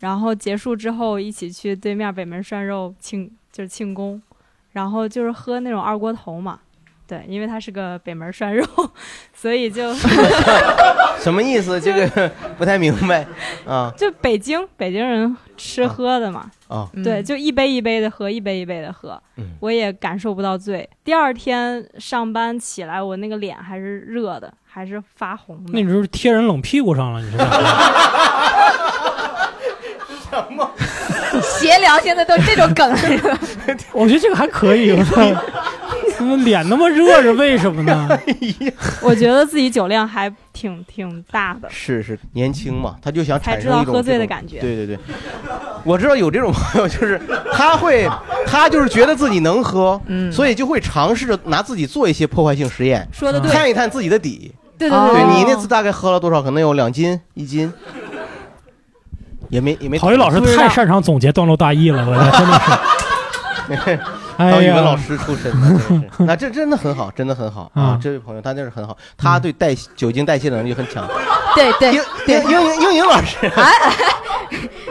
Speaker 14: 然后结束之后一起去对面北门涮肉庆就是庆功，然后就是喝那种二锅头嘛。对，因为它是个北门涮肉，所以就
Speaker 4: 什么意思？这 个不太明白啊。
Speaker 14: 就北京北京人吃喝的嘛，
Speaker 4: 啊
Speaker 14: 对，
Speaker 4: 嗯
Speaker 14: 就一杯一杯的喝，一杯一杯的喝，
Speaker 4: 嗯
Speaker 14: 我也感受不到醉。第二天上班起来，我那个脸还是热的，还是发红的。
Speaker 2: 那你就是贴人冷屁股上了，你是吧？
Speaker 7: 协聊现在都这种梗了是吧？
Speaker 2: 我觉得这个还可以，我操 怎么脸那么热是为什么呢？
Speaker 14: 我觉得自己酒量还挺挺大的。
Speaker 4: 是是，年轻嘛，他就想
Speaker 14: 才
Speaker 4: 产
Speaker 14: 知
Speaker 4: 生
Speaker 14: 道
Speaker 4: 一种
Speaker 14: 喝醉
Speaker 4: 这
Speaker 14: 的
Speaker 4: 种
Speaker 14: 感觉
Speaker 4: 对对对，我知道有这种朋友，就是他会，他就是觉得自己能喝，
Speaker 7: 嗯
Speaker 4: 所以就会尝试着拿自己做一些破坏性实验，
Speaker 7: 说得对
Speaker 4: 探一探自己的底。
Speaker 7: 对对对对
Speaker 4: 你那次大概喝了多少？可能有两斤、一斤，也没也没。啊
Speaker 2: 郝宇老师太擅长总结段落大意了，我觉得 真的是。哎呀
Speaker 4: 当语啊文老师出身的，真是那这真的很好，真的很好啊
Speaker 2: 啊！
Speaker 4: 这位朋友，他真是很好，他对代谢酒精代谢能力很强。
Speaker 7: 对对
Speaker 4: 对，英英英英老师，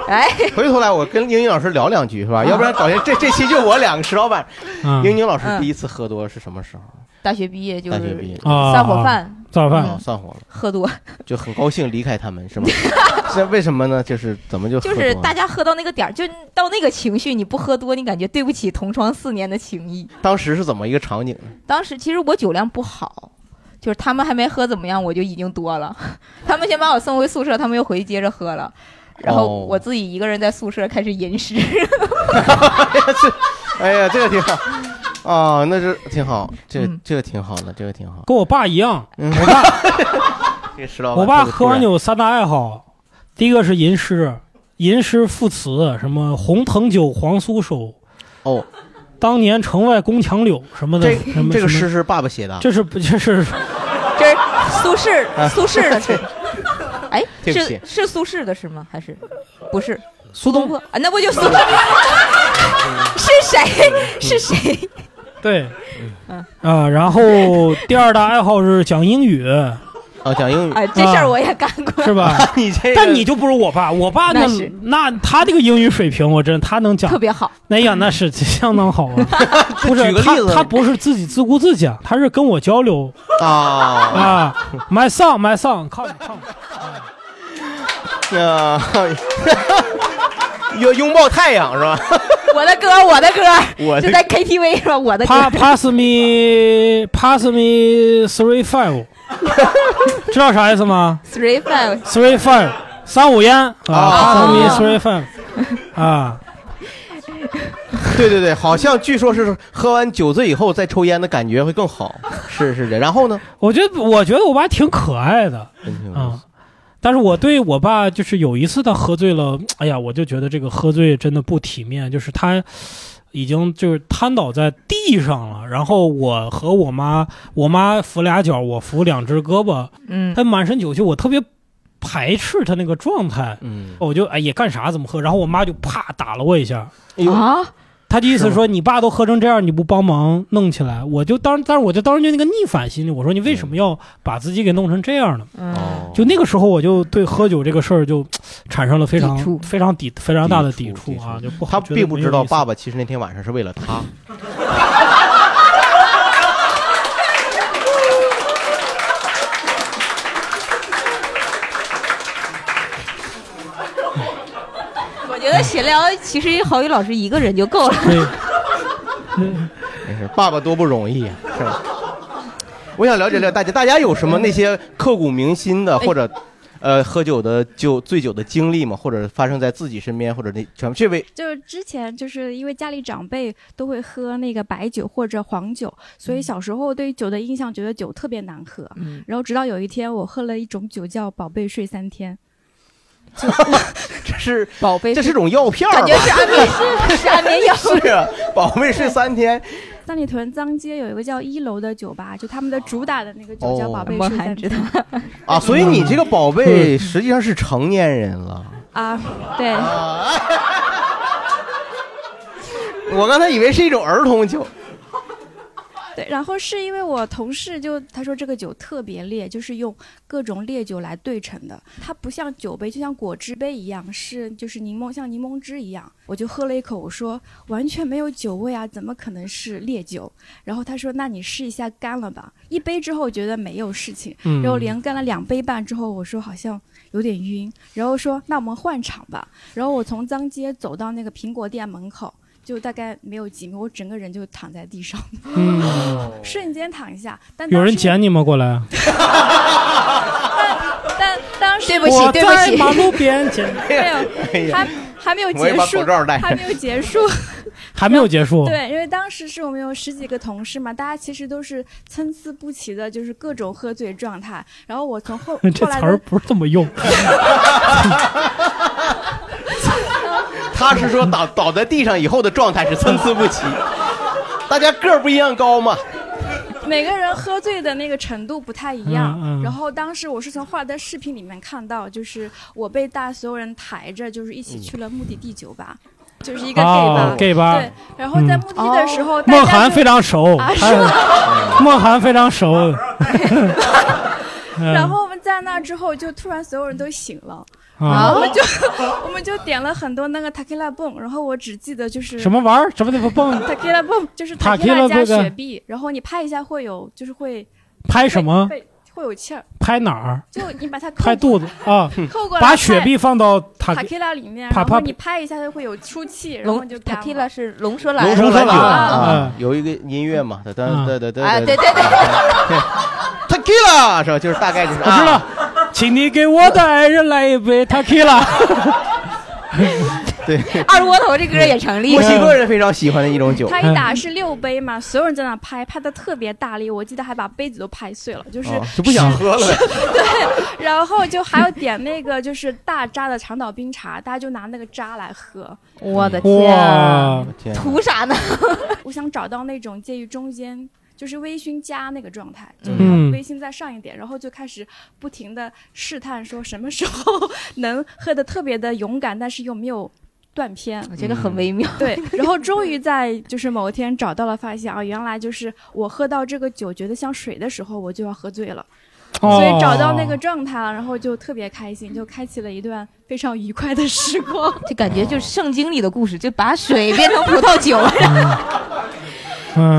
Speaker 7: 哎，
Speaker 4: 回头来我跟英英老师聊两句是吧？要不然搞些这这期就我两个石老板。
Speaker 2: 嗯
Speaker 4: 英英老师
Speaker 7: 嗯
Speaker 4: 第一次喝多是什么时候？
Speaker 7: 大学毕业就
Speaker 4: 大学毕业
Speaker 7: 是散伙饭，
Speaker 2: 散
Speaker 7: 饭
Speaker 4: 哦散伙了，
Speaker 7: 喝多，
Speaker 4: 就很高兴离开他们是吗？ 是为什么呢？就是怎么就喝
Speaker 7: 就
Speaker 4: 多
Speaker 7: 是
Speaker 4: 了
Speaker 7: 大家喝到那个点儿，就到那个情绪，你不喝多，你感觉对不起同窗四年的情谊。
Speaker 4: 当时是怎么一个场景呢？
Speaker 7: 当时其实我酒量不好，就是他们还没喝怎么样，我就已经多了。 他们先把我送回宿舍，他们又回去接着喝了，然后
Speaker 4: 哦
Speaker 7: 我自己一个人在宿舍开始吟诗。
Speaker 4: 哎呀，这个挺好。哦，那是挺好，这个这个挺好的，这个挺好。
Speaker 2: 嗯跟我爸一样，
Speaker 4: 我爸， 这个石老板
Speaker 2: 我爸
Speaker 4: 特别
Speaker 2: 喝完
Speaker 4: 突然
Speaker 2: 酒有三大爱好，第一个是吟诗，吟诗赋词，什么红藤酒，黄苏手，
Speaker 4: 哦，
Speaker 2: 当年城外宫墙柳什么的，
Speaker 4: 这
Speaker 2: 什么
Speaker 4: 这个
Speaker 2: 什么
Speaker 4: 诗是爸爸写的，
Speaker 2: 这是这 是
Speaker 7: 这是苏轼
Speaker 4: 啊，
Speaker 7: 苏轼 的诗。哎，
Speaker 4: 对不起
Speaker 7: 是是苏轼的诗吗？还是不是？
Speaker 2: 苏
Speaker 7: 东 坡啊，那不就苏？是谁？是谁？
Speaker 2: 对，
Speaker 7: 嗯
Speaker 2: 啊，然后第二大爱好是讲英语，
Speaker 4: 啊，讲 英语
Speaker 7: 啊，这事儿我也干 过，
Speaker 2: 是吧？
Speaker 4: 你这
Speaker 2: 但你就不如我爸，我爸那
Speaker 7: 那是
Speaker 2: 那他这个英语水平，我真他能讲
Speaker 7: 特别好。
Speaker 2: 哎呀，那是相当好啊！ 不是
Speaker 4: 举个
Speaker 2: 他
Speaker 4: 例子，
Speaker 2: 他不是自己自顾自讲，他是跟我交流
Speaker 4: 啊
Speaker 2: 啊。My son, my son，靠你唱。
Speaker 4: 啊， 要拥抱太阳是吧？
Speaker 7: 我的歌，啊我的歌，
Speaker 4: 我的
Speaker 7: 就在 KTV 是吧？我的歌，
Speaker 2: Pa pass me, pass me three five，知道啥意思 吗
Speaker 7: three five，
Speaker 2: ？Three five，三五烟啊，pass me
Speaker 4: 哦
Speaker 2: three five 啊。
Speaker 4: 对对对，好像据说是喝完酒醉以后再抽烟的感觉会更好，是是的。然后呢？
Speaker 2: 我觉得我觉得我爸挺可爱的
Speaker 4: 真挺有意思
Speaker 2: 啊。但是我对我爸就是有一次他喝醉了，哎呀，我就觉得这个喝醉真的不体面，就是他已经就是瘫倒在地上了，然后我和我妈，我妈扶俩脚，我扶两只胳膊，
Speaker 7: 嗯
Speaker 2: 他满身酒气，我特别排斥他那个状态，
Speaker 4: 嗯，
Speaker 2: 我就哎也干啥怎么喝，然后我妈就啪打了我一下，
Speaker 7: 啊，
Speaker 2: 他的意
Speaker 7: 是
Speaker 2: 思
Speaker 7: 吗
Speaker 2: 说你爸都喝成这样，你不帮忙弄起来，我就当，但是我就当时就那个逆反心理，我说你为什么要把自己给弄成这样呢？
Speaker 7: 嗯，
Speaker 2: 就那个时候，我就对喝酒这个事儿就产生了非常
Speaker 4: 抵触
Speaker 2: 非常抵非常大的抵触啊，就不
Speaker 4: 他
Speaker 2: 好。觉得
Speaker 4: 并不
Speaker 2: 没有
Speaker 4: 知道
Speaker 2: 意思
Speaker 4: 爸爸其实那天晚上是为了他。
Speaker 7: 我觉得闲聊其实郝宇老师一个人就够了。
Speaker 4: 没事，爸爸多不容易呀、啊是吧？我想了解了解大家，大家有什么那些刻骨铭心的，或者
Speaker 2: 哎
Speaker 4: 呃喝酒的就醉酒的经历吗？或者发生在自己身边，或者那全这位
Speaker 15: 就是之前就是因为家里长辈都会喝那个白酒或者黄酒，所
Speaker 4: 嗯
Speaker 15: 以小时候对于酒的印象觉得酒特别难喝。
Speaker 7: 嗯
Speaker 15: 然后直到有一天我喝了一种酒叫“宝贝睡 三天”，
Speaker 4: 这是
Speaker 7: 宝贝
Speaker 4: 这是种药片儿吧？
Speaker 15: 感觉是安 眠是安眠药
Speaker 4: 是啊宝贝睡三天，
Speaker 15: 三里屯脏街有一个叫一楼的酒吧，就他们的主打的那个酒叫
Speaker 4: 哦
Speaker 15: “宝贝
Speaker 7: 莫
Speaker 15: 睡
Speaker 7: 寒
Speaker 15: 三
Speaker 7: 知
Speaker 15: 天
Speaker 7: 道”
Speaker 4: 啊，所以你这个宝贝实际上是成年人了。
Speaker 15: 啊，对。
Speaker 4: 我刚才以为是一种儿童酒，
Speaker 15: 对，然后是因为我同事就他说这个酒特别烈，就是用各种烈酒来兑成的，它不像酒杯，就像果汁杯一样，是就是柠檬像柠檬汁一样。我就喝了一口，我说完全没有酒味啊，怎么可能是烈酒？然后他说那你试一下干了吧，一杯之后我觉得没有事情，
Speaker 16: 嗯
Speaker 15: 然后连干了两杯半之后，我说好像有点晕，然后说那我们换场吧。然后我从脏街走到那个苹果店门口。就大概没有几米，我整个人就躺在地上。
Speaker 2: 嗯
Speaker 15: 瞬间躺下，但
Speaker 2: 有
Speaker 15: 当
Speaker 2: 人
Speaker 15: 时
Speaker 2: 捡你吗？过来，
Speaker 15: 但当时
Speaker 7: 对不起我对不在起马路
Speaker 2: 边 捡，
Speaker 15: 没有，
Speaker 2: 哎
Speaker 15: 还
Speaker 2: 呀
Speaker 15: 还没有
Speaker 2: 我也
Speaker 15: 结
Speaker 2: 把
Speaker 15: 束
Speaker 2: 口罩戴，上
Speaker 15: 还没有结束。
Speaker 2: 还没有结束。
Speaker 15: 对，因为当时是我们有十几个同事嘛，大家其实都是参差不齐的，就是各种喝醉状态。然后我从后
Speaker 2: 这词
Speaker 15: 后来
Speaker 2: 儿
Speaker 15: 的
Speaker 2: 不是这么用。
Speaker 4: 他是说倒倒在地上以后的状态是参差不齐， 大家个儿不一样高嘛。
Speaker 15: 每个人喝醉的那个程度不太一样。
Speaker 4: 嗯嗯
Speaker 15: 然后当时我是从后来的视频里面看到，就是我被大所有人抬着，就是一起去了目的地酒吧。就是一个 gay 吧、
Speaker 2: 哦，gay 吧
Speaker 15: 对，然后在
Speaker 2: 嗯
Speaker 15: 目的地的时候，大家
Speaker 2: 莫涵
Speaker 15: 就
Speaker 2: 非常熟，哎
Speaker 15: 啊，
Speaker 2: 他
Speaker 15: 是吗？
Speaker 2: 莫涵非常熟。 嗯
Speaker 15: 然后我们在那之后，就突然所有人都醒了，
Speaker 2: 啊
Speaker 15: 然后我们就 我们就点了很多那个 tequila 泵，然后我只记得就是
Speaker 2: 什么玩意儿？什么地方蹦？
Speaker 15: tequila 泵，就是
Speaker 2: tequila
Speaker 15: tequila 加
Speaker 2: 这个
Speaker 15: 雪碧，然后你拍一下会有，就是会
Speaker 2: 拍什么？
Speaker 15: 会会有气儿，
Speaker 2: 拍哪儿？
Speaker 15: 就你把它扣
Speaker 2: 拍肚子 啊
Speaker 15: 扣过来，
Speaker 2: 把雪碧放到塔
Speaker 15: tequila 里面，
Speaker 2: 啪
Speaker 15: 然
Speaker 2: 啪
Speaker 15: 后你拍一下就会有出气，然后
Speaker 7: 龙
Speaker 15: 就
Speaker 7: t e q 是龙舌兰，
Speaker 4: 龙舌兰酒
Speaker 7: 啊
Speaker 4: 啊，嗯有一个音乐嘛，哒哒哒哒哒，
Speaker 7: 哎对对对
Speaker 4: 对，Tequila 是吧？就是大概就是啊
Speaker 2: 我知道，请你给我的爱人来一杯 tequila。
Speaker 4: 对，
Speaker 7: 二锅头这歌也成立。
Speaker 4: 墨西哥人非常喜欢的一种酒。
Speaker 15: 他一打是六杯嘛，所有人在那拍，拍的特别大力，我记得还把杯子都拍碎了，就是、
Speaker 4: 哦就不想喝了
Speaker 15: 对，然后就还有点那个就是大扎的长岛冰茶，大家就拿那个渣来喝。
Speaker 7: 我的
Speaker 2: 哇
Speaker 7: 天，图啥呢？
Speaker 15: 我想找到那种介于中间。就是微醺加那个状态，就是
Speaker 2: 嗯
Speaker 15: 微醺再上一点，然后就开始不停的试探，说什么时候能喝的特别的勇敢，但是又没有断片，我
Speaker 7: 觉得很微妙
Speaker 15: 对，然后终于在就是某一天找到了，发现啊，原来就是我喝到这个酒觉得像水的时候，我就要喝醉了。
Speaker 2: 哦
Speaker 15: 所以找到那个状态了，然后就特别开心，就开启了一段非常愉快的时光。
Speaker 7: 就感觉就是圣经里的故事，就把水变成葡萄酒。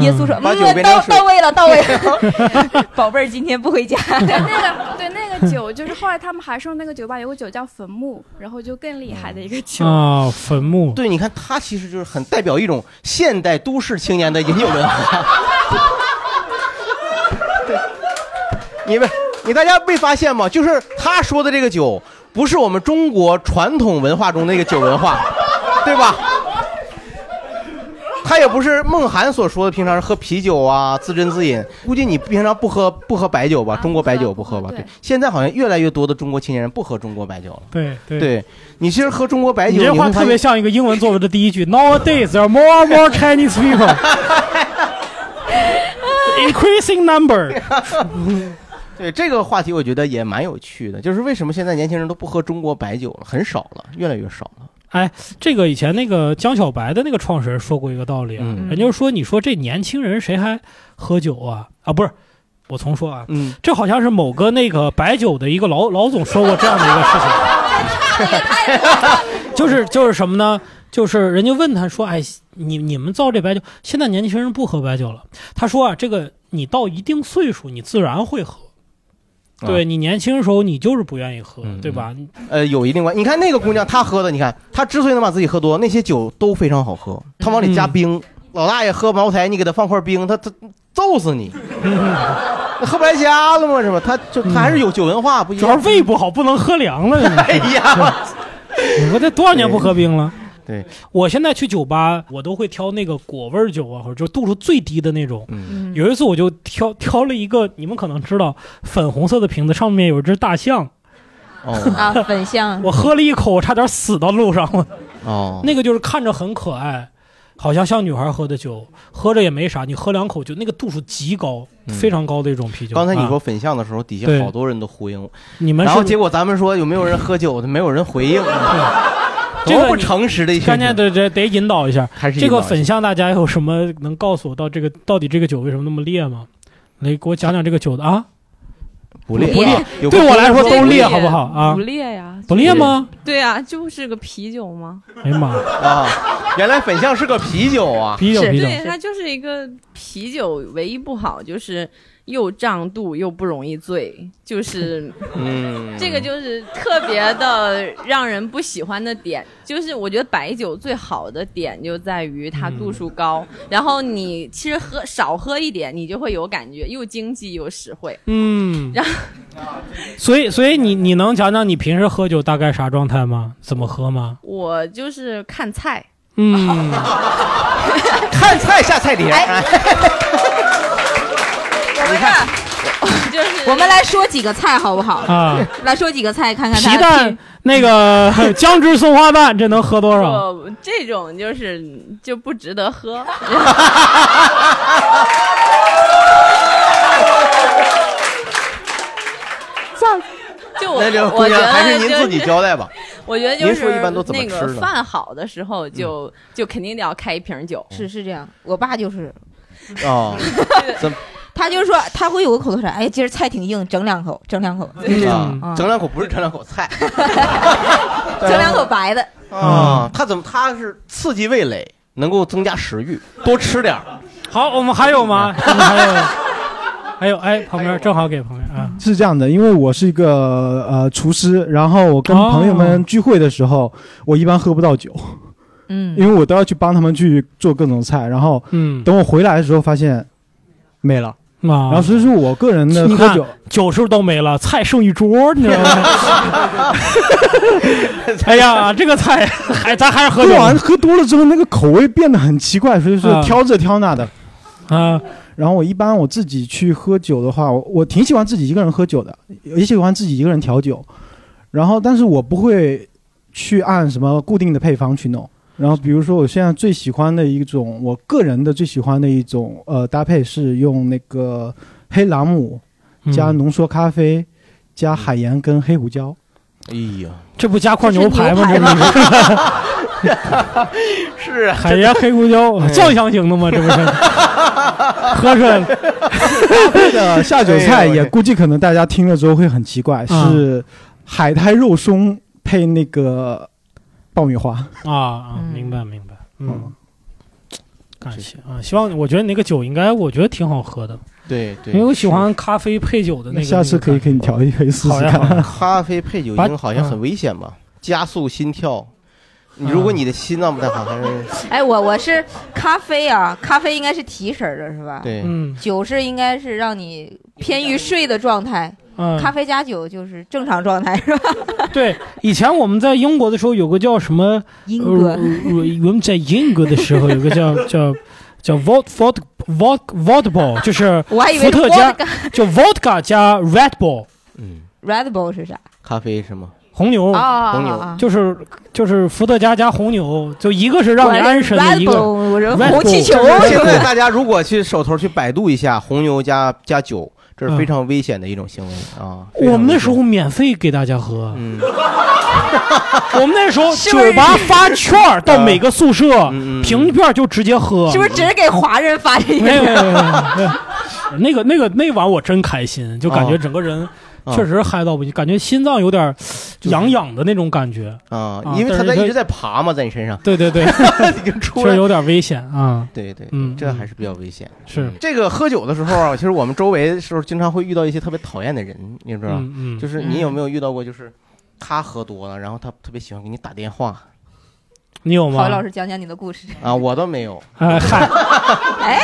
Speaker 7: 耶稣说：“
Speaker 15: 把
Speaker 7: 嗯
Speaker 15: 酒变，成
Speaker 7: 到
Speaker 15: 水
Speaker 7: 到位了，到位了， 宝贝儿，今天不回家。
Speaker 15: 那个 对那个酒，就是后来他们还说那个酒吧有个酒叫坟墓，然后就更厉害的一个酒。
Speaker 2: 啊，坟墓。
Speaker 4: 对，你看他其实就是很代表一种现代都市青年的饮酒 文化。对，你们，你大家没发现吗？就是他说的这个酒，不是我们中 国传统文化中那个酒文化，对吧？他也不是梦涵所说的平常喝啤酒啊，自斟自饮。估计你平常不喝不喝白酒吧？中国白酒不啊喝吧？对，现在好像越来越多的中国青年人不喝中国白酒了。
Speaker 2: 对对
Speaker 4: 对，你其实喝中国白酒，
Speaker 2: 你这话
Speaker 4: 会发
Speaker 2: 特别
Speaker 4: 现
Speaker 2: 像一个英文作文的第一句：Nowadays there are more and more Chinese people, increasing number。
Speaker 4: 对这个话题，我觉得也蛮有趣的，就是为什么现在年轻人都不喝中国白酒了，很少了，越来越少了。
Speaker 2: 哎，这个以前那个江小白的那个创始人说过一个道理啊，
Speaker 4: 嗯
Speaker 2: 人家说你说这年轻人谁还喝酒啊？啊，不是，我重说啊，
Speaker 4: 嗯，
Speaker 2: 这好像是某个那个白酒的一个老老总说过这样的一个事情。就是就是什么呢？就是人家问他说：“哎，你你们造这白酒，现在年轻人不喝白酒了。”他说：“啊，这个你到一定岁数，你自然会喝。
Speaker 4: 啊
Speaker 2: 对你年轻时候，你就是不愿意喝，对吧？
Speaker 4: 呃，有一定关。你看那个姑娘，她喝的，你看她之所以能把自己喝多，那些酒都非常好喝，她往里
Speaker 2: 嗯
Speaker 4: 加冰。老大爷喝茅台，你给他放块冰，他他揍死 你，喝不来家了吗？是吧？他就他还是有酒文化，不一样。主
Speaker 2: 要胃不好，不能喝凉了。
Speaker 4: 哎呀，
Speaker 2: 我这多少年不喝冰了？
Speaker 4: 对，
Speaker 2: 我现在去酒吧，我都会挑那个果味儿酒啊，或者就度数最低的那种。
Speaker 4: 嗯
Speaker 2: 有一次我就挑 挑了一个，你们可能知道，粉红色的瓶子，上面有一只大象。
Speaker 4: 哦
Speaker 7: 啊，粉象。
Speaker 2: 我喝了一口，我差点死到路上了。
Speaker 4: 哦
Speaker 2: 那个就是看着很可爱，好像像女孩喝的酒，喝着也没啥，你喝两口就那个度数极高，
Speaker 4: 嗯
Speaker 2: 非常高的一种啤酒。
Speaker 4: 刚才你
Speaker 2: 啊
Speaker 4: 说粉象的时候，底下
Speaker 2: 对
Speaker 4: 好多人都呼应我，
Speaker 2: 你们
Speaker 4: 然
Speaker 2: 是
Speaker 4: 后结果咱们说有没有人喝 酒的，没有人回应，
Speaker 2: 这
Speaker 4: 多
Speaker 2: 个
Speaker 4: 不
Speaker 2: 你
Speaker 4: 诚实的一群
Speaker 2: 关
Speaker 4: 人
Speaker 2: 键得得得引导一下。
Speaker 4: 还是
Speaker 2: 这
Speaker 4: 引导一
Speaker 2: 个
Speaker 4: 下
Speaker 2: 粉象，大家有什么能告诉我到这个到底这个酒为什么那么烈吗？来给我讲讲这个酒的啊。
Speaker 4: 不烈
Speaker 2: 不烈
Speaker 4: 啊有，
Speaker 2: 对
Speaker 4: 不
Speaker 2: 我来说
Speaker 4: 烈
Speaker 2: 都
Speaker 4: 不
Speaker 2: 烈，
Speaker 4: 烈
Speaker 2: 好不好啊？
Speaker 14: 不烈呀，
Speaker 2: 不烈吗？
Speaker 14: 对
Speaker 16: 啊
Speaker 14: 呀，就是个啤酒吗？
Speaker 2: 哎呀妈，
Speaker 4: 啊，原来粉象是个啤酒啊，
Speaker 2: 啤酒啤酒
Speaker 16: 对，它就是一个啤酒，唯一不好就是又胀肚又不容易醉，就是
Speaker 4: 嗯，
Speaker 16: 这个就是特别的让人不喜欢的点，就是我觉得白酒最好的点就在于它
Speaker 2: 嗯
Speaker 16: 度数高，然后你其实喝少喝一点，你就会有感觉，又经济又实惠。
Speaker 2: 嗯，
Speaker 16: 然后
Speaker 2: 所以所以你你能讲讲你平时喝酒大概啥状态吗？怎么喝吗？
Speaker 16: 我就是看菜，
Speaker 2: 嗯，
Speaker 4: 看菜下菜碟。
Speaker 16: 哎我们看，就是
Speaker 7: 我们来说几个菜好不好？
Speaker 2: 啊，
Speaker 7: 来说几个菜看看它
Speaker 2: 皮蛋那个姜汁松花蛋，这能喝多少？
Speaker 16: 我这种就是就不值得 喝。就我
Speaker 4: 那这个姑
Speaker 16: 我觉
Speaker 4: 娘
Speaker 16: 得
Speaker 4: 还是您
Speaker 16: 就是
Speaker 4: 自己交代吧。
Speaker 16: 我觉得就
Speaker 4: 您
Speaker 16: 是
Speaker 4: 说一般都怎么
Speaker 16: 那
Speaker 4: 吃嗯
Speaker 16: 个
Speaker 4: 的
Speaker 16: 饭好的时候就就肯定得要开一瓶酒，
Speaker 7: 是是这样，我爸就是，
Speaker 4: 哦，怎么
Speaker 7: 他就说他会有个口头禅，哎，今儿菜挺硬，整两口，整两口，
Speaker 2: 嗯
Speaker 7: 嗯
Speaker 4: 啊？整两口不是整两口菜，
Speaker 7: 整两口白的。
Speaker 4: 啊，他怎么他是刺激味蕾，能够增加食欲，多吃点儿。嗯
Speaker 2: 好，我们还有吗？我们还有，还有，哎，旁边正好给旁边啊，
Speaker 17: 是这样的，因为我是一个呃厨师，然后我跟
Speaker 2: 哦
Speaker 17: 朋友们聚会的时候，我一般喝不到酒，
Speaker 7: 嗯，
Speaker 17: 因为我都要去帮他们去做各种菜，然后
Speaker 2: 嗯
Speaker 17: 等我回来的时候发现没了，
Speaker 2: 啊
Speaker 17: 然后所以说我个人的
Speaker 2: 你
Speaker 17: 喝
Speaker 2: 看
Speaker 17: 酒，
Speaker 2: 酒是不是都没了，菜剩一桌，你知道吗？哎呀，这个菜还咱还是喝
Speaker 17: 喝
Speaker 2: 酒
Speaker 17: 完喝多了之后那个口味变得很奇怪，所以说
Speaker 2: 啊
Speaker 17: 挑这挑那的
Speaker 2: 啊。
Speaker 17: 然后我一般我自己去喝酒的话，我我挺喜欢自己一个人喝酒的，也喜欢自己一个人调酒。然后，但是我不会去按什么固定的配方去弄。然后，比如说我现在最喜欢的一种，我个人的最喜欢的一种呃搭配是用那个黑朗姆加浓缩咖啡、加海盐跟黑胡椒。
Speaker 4: 哎呀，
Speaker 2: 这不加块
Speaker 17: 牛排吗这不是
Speaker 4: 是啊，
Speaker 2: 海盐哎黑胡椒
Speaker 17: 哎
Speaker 2: 酱香型的吗？这不是 喝出来了。
Speaker 17: 这个下酒菜也估计可能大家听了之后会很奇怪，
Speaker 2: 啊
Speaker 17: 是海苔肉松配那个爆米花。
Speaker 2: 啊啊，明白明白，嗯，感谢啊，希望我觉得你那个酒应该我觉得挺好喝的，
Speaker 4: 对对，
Speaker 2: 因为我喜欢咖啡配酒的那
Speaker 17: 那
Speaker 2: 个。
Speaker 17: 下次可以给你调一杯试试
Speaker 2: 好嗯呀好
Speaker 17: 看。
Speaker 4: 咖啡配酒精好像很危险吧？加速心跳，你
Speaker 2: 嗯
Speaker 4: 如果你的心脏不太好， 还是
Speaker 7: 哎，我我是咖啡啊，咖啡应该是提神儿的是吧？
Speaker 4: 对嗯
Speaker 7: 酒是应该是让你偏于睡的状态，
Speaker 2: 嗯
Speaker 7: 咖啡加酒就是正常状态是吧？
Speaker 2: 对，以前我们在英国的时候，有个叫什么？
Speaker 7: 英国
Speaker 2: 呃呃我们在英国的时候有个 叫叫叫 vod vod vod vod ball，就是
Speaker 7: 我还以为
Speaker 2: 伏
Speaker 7: 是
Speaker 2: 特加
Speaker 7: vodka
Speaker 2: 叫 vodka 加 red bull
Speaker 4: 嗯
Speaker 7: ，Red Bull 是啥？
Speaker 4: 咖啡是吗？
Speaker 2: 红牛，
Speaker 7: 啊红牛
Speaker 2: 就是就是伏特加加红牛，就一个是让你
Speaker 7: 我还
Speaker 2: 安神的，
Speaker 7: Red
Speaker 2: 一个
Speaker 7: Bull，我这
Speaker 2: Red
Speaker 7: 红气
Speaker 2: Bull
Speaker 7: 球
Speaker 4: 现在大家如果去手头去百度一下红牛加加酒，这是
Speaker 2: 嗯
Speaker 4: 非常危险的一种行为啊。
Speaker 2: 我们那时候免费给大家喝， 我们那时候
Speaker 7: 是
Speaker 2: 酒
Speaker 7: 不是
Speaker 2: 吧发券儿到每个宿舍，凭券儿就直接
Speaker 8: 哦
Speaker 2: 喝，
Speaker 7: 是不是只是给华人发这
Speaker 2: 没有没有没有没
Speaker 7: 个？
Speaker 2: 有 那个那个那晚我真开心，就感觉
Speaker 4: 啊
Speaker 2: 整个人
Speaker 4: 啊
Speaker 2: 确实嗨到不行，感觉心脏有点儿痒痒的那种感觉
Speaker 4: 啊因为他在一直在爬嘛，在你身上。
Speaker 2: 对对对，
Speaker 4: 出
Speaker 2: 确
Speaker 4: 来
Speaker 2: 实有点危险啊。
Speaker 4: 对对，
Speaker 2: 嗯，
Speaker 4: 这还是比较危险。
Speaker 2: 是
Speaker 4: 这个喝酒的时候啊，其实我们周围的时候经常会遇到一些特别讨厌的人，你知道吗？
Speaker 2: 嗯嗯
Speaker 4: 就是你有没有遇到过，就是他喝多了，然后他特别喜欢给你打电话
Speaker 2: 你有
Speaker 7: 郝宇老师讲讲你的故事。
Speaker 4: 啊？我倒没 有，
Speaker 7: 哎，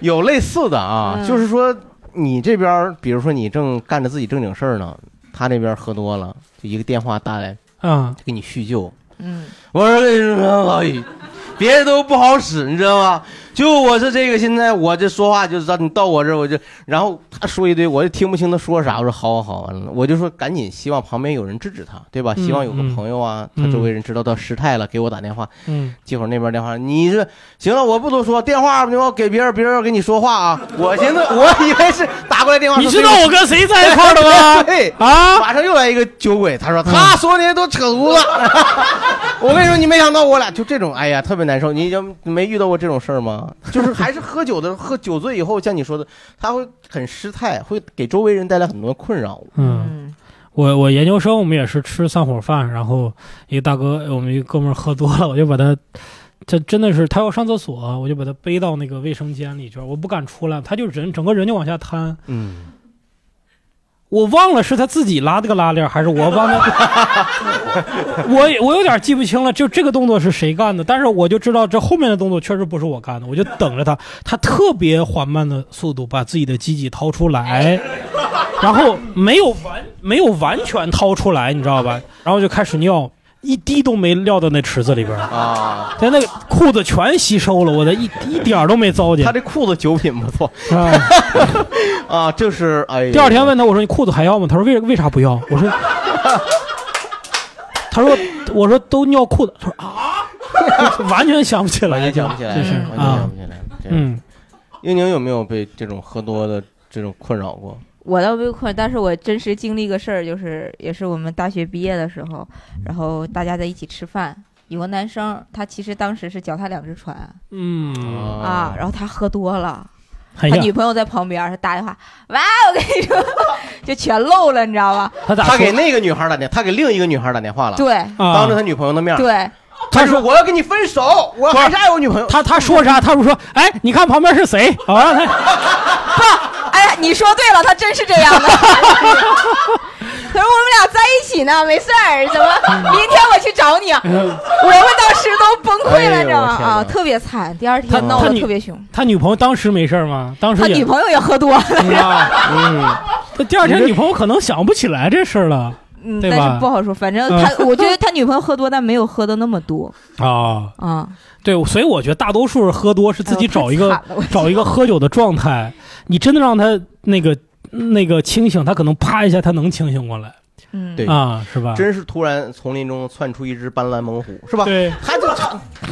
Speaker 4: 有类似的啊，
Speaker 7: 嗯
Speaker 4: 就是说你这边儿，比如说你正干着自己正经事儿呢，他那边儿喝多了，就一个电话打来，
Speaker 2: 啊，
Speaker 4: 给你叙旧。
Speaker 7: 嗯，
Speaker 4: 我说跟你说，老宇，别人都不好使，你知道吗？就我是这个，现在我这说话就知道，你到我这儿我就，然后他说一堆，我就听不清他说啥。我说好好好，完了，我就说赶紧，希望旁边有人制止他，对吧？
Speaker 11: 嗯
Speaker 4: 希望有个
Speaker 11: 嗯
Speaker 4: 朋友啊，
Speaker 11: 嗯
Speaker 4: 他周围人知道他失态了，给我打电话。
Speaker 2: 嗯，
Speaker 4: 结果那边电话，你这行了，我不多说，电话你要给别人，别人要给你说话啊。我寻思，我以为是打过来电话说，
Speaker 2: 你知道我跟谁在一块儿的 吗
Speaker 4: 对
Speaker 2: 啊，
Speaker 4: 马上又来一个酒鬼，他说他说那些都扯犊子。 我跟你说，你没想到我俩就这种，哎呀，特别难受。你就没遇到过这种事儿吗？就是还是喝酒的，喝酒醉以后，像你说的，他会很失态，会给周围人带来很多困扰。
Speaker 2: 嗯，我我研究生我们也是吃散伙饭，然后一个大哥，我们一个哥们儿喝多了，我就把他，这真的是他要上厕所，我就把他背到那个卫生间里去，我不敢出来，他就人整个人就往下瘫。
Speaker 4: 嗯，
Speaker 2: 我忘了是他自己拉这个拉链，还是我帮他， 我我有点记不清了，就这个动作是谁干的，但是我就知道这后面的动作确实不是我干的，我就等着他，他特别缓慢的速度把自己的鸡鸡掏 出来，然后没有完没有完全掏出来，你知道吧？然后就开始尿，一滴都没撂到那池子里边儿，
Speaker 4: 啊，
Speaker 2: 但那个裤子全吸收了，我的一一点儿都没糟践。他
Speaker 4: 这裤子酒品不错
Speaker 2: 啊。
Speaker 4: 啊，就是哎呀，
Speaker 2: 第二天问他，我说你裤子还要吗？他说为为啥不要？我说， 他说我说都尿裤子，他说啊， 完全想不起来，
Speaker 4: 完全想不起来，
Speaker 2: 这是
Speaker 4: 完全想
Speaker 2: 啊
Speaker 4: 不，起来。这
Speaker 2: 嗯，
Speaker 4: 英宁有没有被这种喝多的这种困扰过？
Speaker 7: 我倒没困，但是我真实经历个事儿，就是也是我们大学毕业的时候，然后大家在一起吃饭，有个男生，他其实当时是脚踏两只船
Speaker 2: 嗯
Speaker 7: 啊，然后他喝多了。
Speaker 2: 哎
Speaker 7: 他
Speaker 2: 呀
Speaker 7: 女朋友在旁边，他打电话，哇，我跟你说， 就全漏了，你知道吧？
Speaker 2: 他
Speaker 4: 他给那个女孩打电，他给另一个女孩打电话了，
Speaker 7: 对
Speaker 4: 当着他女朋友的面，，
Speaker 7: 对，
Speaker 4: 他说我要跟你分手，我还是爱我女朋友。
Speaker 2: 他他说啥？他不说，哎，你看旁边是谁？好让他
Speaker 7: 哎， 你说对了，他真是这样的。 可是我们俩在一起呢，没事儿，怎 么？明天我去找你，啊！我们当时都崩溃了，你知道
Speaker 2: 哎呦
Speaker 7: 吗？
Speaker 2: 我天哪
Speaker 7: 啊，特别惨，第二
Speaker 2: 他
Speaker 7: 天闹
Speaker 2: 他
Speaker 7: 得
Speaker 2: 女
Speaker 7: 特别凶。
Speaker 2: 他女朋友当时没事儿吗？当时
Speaker 7: 他
Speaker 2: 也
Speaker 7: 女朋友也喝多了，
Speaker 2: 嗯 啊 嗯，他第二天女朋友可能想不起来这事儿了，
Speaker 7: 嗯，
Speaker 2: 对
Speaker 7: 但是
Speaker 2: 吧？
Speaker 7: 不好说，反正他，
Speaker 2: 嗯
Speaker 7: 我觉得他女朋友喝多，但没有喝的那么多
Speaker 2: 啊，
Speaker 7: 啊。
Speaker 2: 对，所以我觉得大多数人喝多是自己找一个、
Speaker 7: 哎呦太惨了 我
Speaker 2: 找一个喝酒的状态，你真的让他那个那个清醒，他可能啪一下他能清醒过来。
Speaker 7: 嗯
Speaker 4: 对
Speaker 2: 啊，是吧？
Speaker 4: 真是突然丛林中窜出一只斑斓猛虎，是吧？
Speaker 2: 对，
Speaker 4: 他就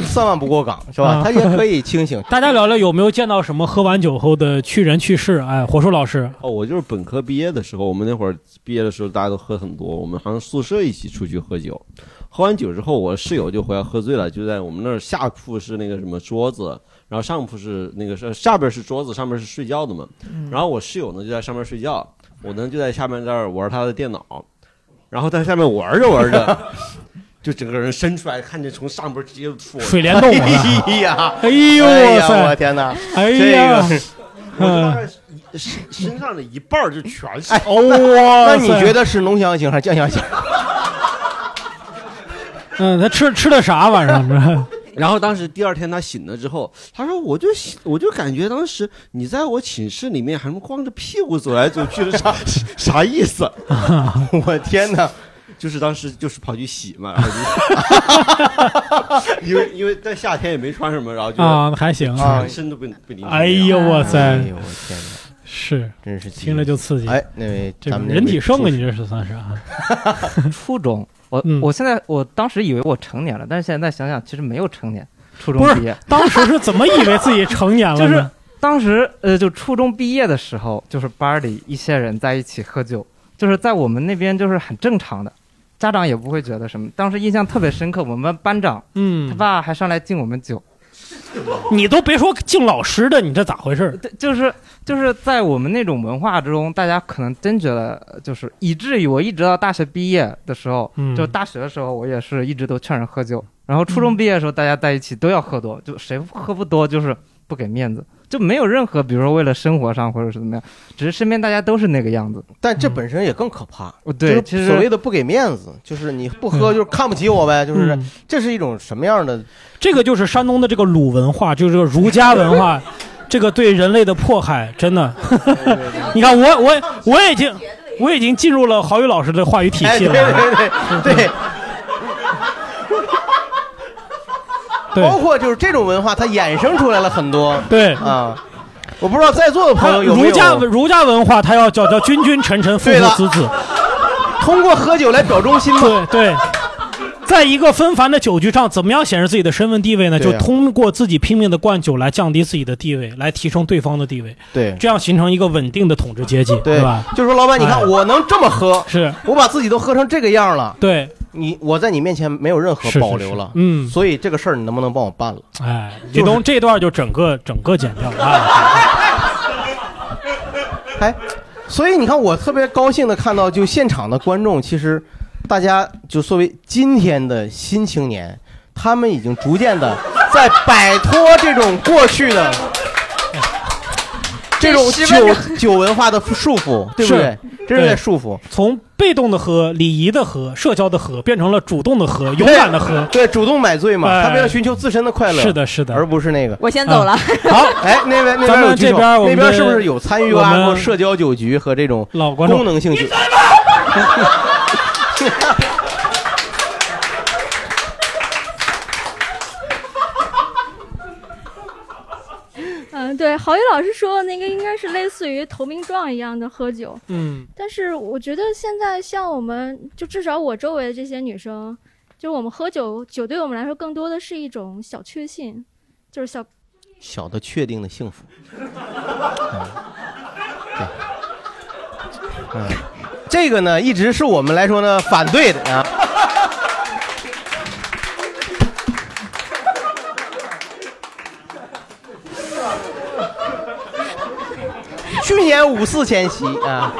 Speaker 4: 三万不过岗，是吧
Speaker 2: 啊？
Speaker 4: 他也可以清 醒。
Speaker 2: 大家聊聊有没有见到什么喝完酒后的去人去事？哎，火树老师，
Speaker 11: 哦，我就是本科毕业的时候，我们那会儿毕业的时候大家都喝很多，我们好像宿舍一起出去喝酒，喝完酒之后，我室友就回来喝醉了，就在我们那儿下铺是那个什么桌子，然后上铺是那个是下边是桌子，上面是睡觉的嘛，
Speaker 2: 嗯
Speaker 11: 然后我室友呢就在上面睡觉，我呢就在下面这儿玩他的电脑，然后在下面玩着玩着。就整个人伸出来，看见从上边直接戳我
Speaker 2: 水帘洞 啊
Speaker 4: 哎呀，
Speaker 2: 哎呦
Speaker 4: 呀
Speaker 2: 哇塞
Speaker 4: 我天哪！
Speaker 2: 哎
Speaker 4: 这
Speaker 2: 呀
Speaker 4: 个，
Speaker 11: 我 就大概身身上的一半儿就全是。
Speaker 4: 哎那
Speaker 2: 哦哇塞
Speaker 4: 你觉得是浓香型 还是酱香型？
Speaker 2: 嗯，他吃吃的啥晚上？
Speaker 11: 然后当时第二天他醒了之后，他说我就醒我就感觉当时你在我寝室里面还光着屁股走来走去的， 啥啥意思？我天哪！就是当时就是 跑去洗 嘛，然后就因为因为在夏天也没穿什么，然后就
Speaker 2: 啊还行啊
Speaker 11: 全身都被被淋成
Speaker 2: 哎
Speaker 11: 那样
Speaker 2: 呦我塞
Speaker 11: 哎呦我天哪！
Speaker 2: 是，
Speaker 4: 真是
Speaker 2: 听着就刺激。
Speaker 4: 哎，那位
Speaker 2: 这
Speaker 4: 咱们那
Speaker 2: 人体
Speaker 4: 位
Speaker 2: 生啊，
Speaker 4: 厨
Speaker 2: 你这是算是啊？ 嗯
Speaker 18: 初中，我、我现在我当时以为我成年了，但是现在想想其实没有成年，初中
Speaker 2: 不
Speaker 18: 毕
Speaker 2: 是
Speaker 18: 业，。
Speaker 2: 当时是怎么以为自己成年 了
Speaker 18: 就
Speaker 2: 呢？
Speaker 18: 是当时呃，就初中毕业的时候，就是班里一些人在一起喝酒，就是在我们那边就是很正常的，家长也不会觉得什么。当时印象特别深刻，我们班长，
Speaker 2: 嗯，
Speaker 18: 他爸还上来敬我们酒，
Speaker 2: 你都别说敬老师的，你这咋回事？
Speaker 18: 就是就是在我们那种文化之中，大家可能真觉得呃就是，以至于我一直到大学毕业的时候，
Speaker 2: 嗯
Speaker 18: 就大学的时候，我也是一直都劝人喝酒。然后初
Speaker 2: 嗯
Speaker 18: 中毕业的时候，大家在一起都要喝多，就谁喝不多就是不给面子，就没有任何比如说为了生活上或者是怎么样，只是身边大家都是那个样子。哦
Speaker 4: 但
Speaker 2: 嗯
Speaker 4: 这本身也更可怕。
Speaker 18: 对，
Speaker 4: 就
Speaker 18: 其
Speaker 4: 是
Speaker 18: 实
Speaker 4: 所谓的不给面子，就是你不喝就是看不起我呗，就是
Speaker 2: 嗯
Speaker 4: 这是一种什么样的？
Speaker 2: 这个就是山东的这个鲁文化，就是这个儒家 文化，这个对人类的迫害，真的。 你看我我我已经我已经进入了郝宇老师的话语体系了。
Speaker 4: 哎 对对对对
Speaker 2: 对
Speaker 4: 包括就是这种文化，它衍生出来了很多。
Speaker 2: 对
Speaker 4: 啊，我不知道在座的朋友有没有
Speaker 2: 儒家儒家文化，它要叫叫君君臣臣父
Speaker 4: 对了
Speaker 2: 父子子，
Speaker 4: 通过喝酒来表忠心嘛。
Speaker 2: 对对，在一个纷繁的酒局上，怎么样显示自己的身份地位呢？
Speaker 4: 对
Speaker 2: 就
Speaker 4: 呀
Speaker 2: 通过自己拼命的灌酒来降低自己的地位，来提升对方的地位，
Speaker 4: 对
Speaker 2: 这样形成一个稳定的统治阶级，对吧？
Speaker 4: 就是说，老板，你
Speaker 2: 哎
Speaker 4: 看我能这么喝，
Speaker 2: 是
Speaker 4: 我把自己都喝成这个样了。
Speaker 2: 对，
Speaker 4: 你我在你面前没有任何
Speaker 2: 是是
Speaker 4: 保留了
Speaker 2: 是，嗯
Speaker 4: 所以这个事儿你能不能帮我办了？
Speaker 2: 哎，
Speaker 4: 就是
Speaker 2: 李东这段就整个整个剪掉啊！
Speaker 4: 哎，所以你看，我特别高兴的看到，就现场的观众，其实大家就作为今天的新青年，他们已经逐渐的在摆脱这种过去 的。这种
Speaker 2: 这十分
Speaker 4: 酒酒文化的束 缚，对不对？这是在束缚。
Speaker 2: 从被动的喝、礼仪的喝、社交的喝，变成了主动的喝、勇敢的喝。
Speaker 4: 对，主动买醉嘛，
Speaker 2: 哎
Speaker 4: 他们要寻求自身的快乐。
Speaker 2: 是的，是的，
Speaker 4: 而不是那个。
Speaker 2: 我
Speaker 16: 先走了啊
Speaker 4: 好，哎，那边那
Speaker 2: 咱
Speaker 4: 边
Speaker 2: 们
Speaker 4: 有举
Speaker 2: 这
Speaker 4: 手
Speaker 2: 边我
Speaker 4: 那
Speaker 2: 们
Speaker 4: 边
Speaker 2: 的
Speaker 4: 是不是有参与
Speaker 2: 我
Speaker 4: 啊
Speaker 2: 们
Speaker 4: 过社交酒局和这种
Speaker 2: 老观众
Speaker 4: 功能性酒？
Speaker 19: 嗯，对，郝宇老师说那个应该是类似于投名状一样的喝酒，
Speaker 2: 嗯，
Speaker 19: 但是我觉得现在像我们就至少我周围的这些女生，就我们喝酒，酒对我们来说更多的是一种小确幸，就是小
Speaker 4: 小的确定的幸福。嗯，对嗯这个呢，一直是我们来说呢反对的啊。 去年五四前夕啊，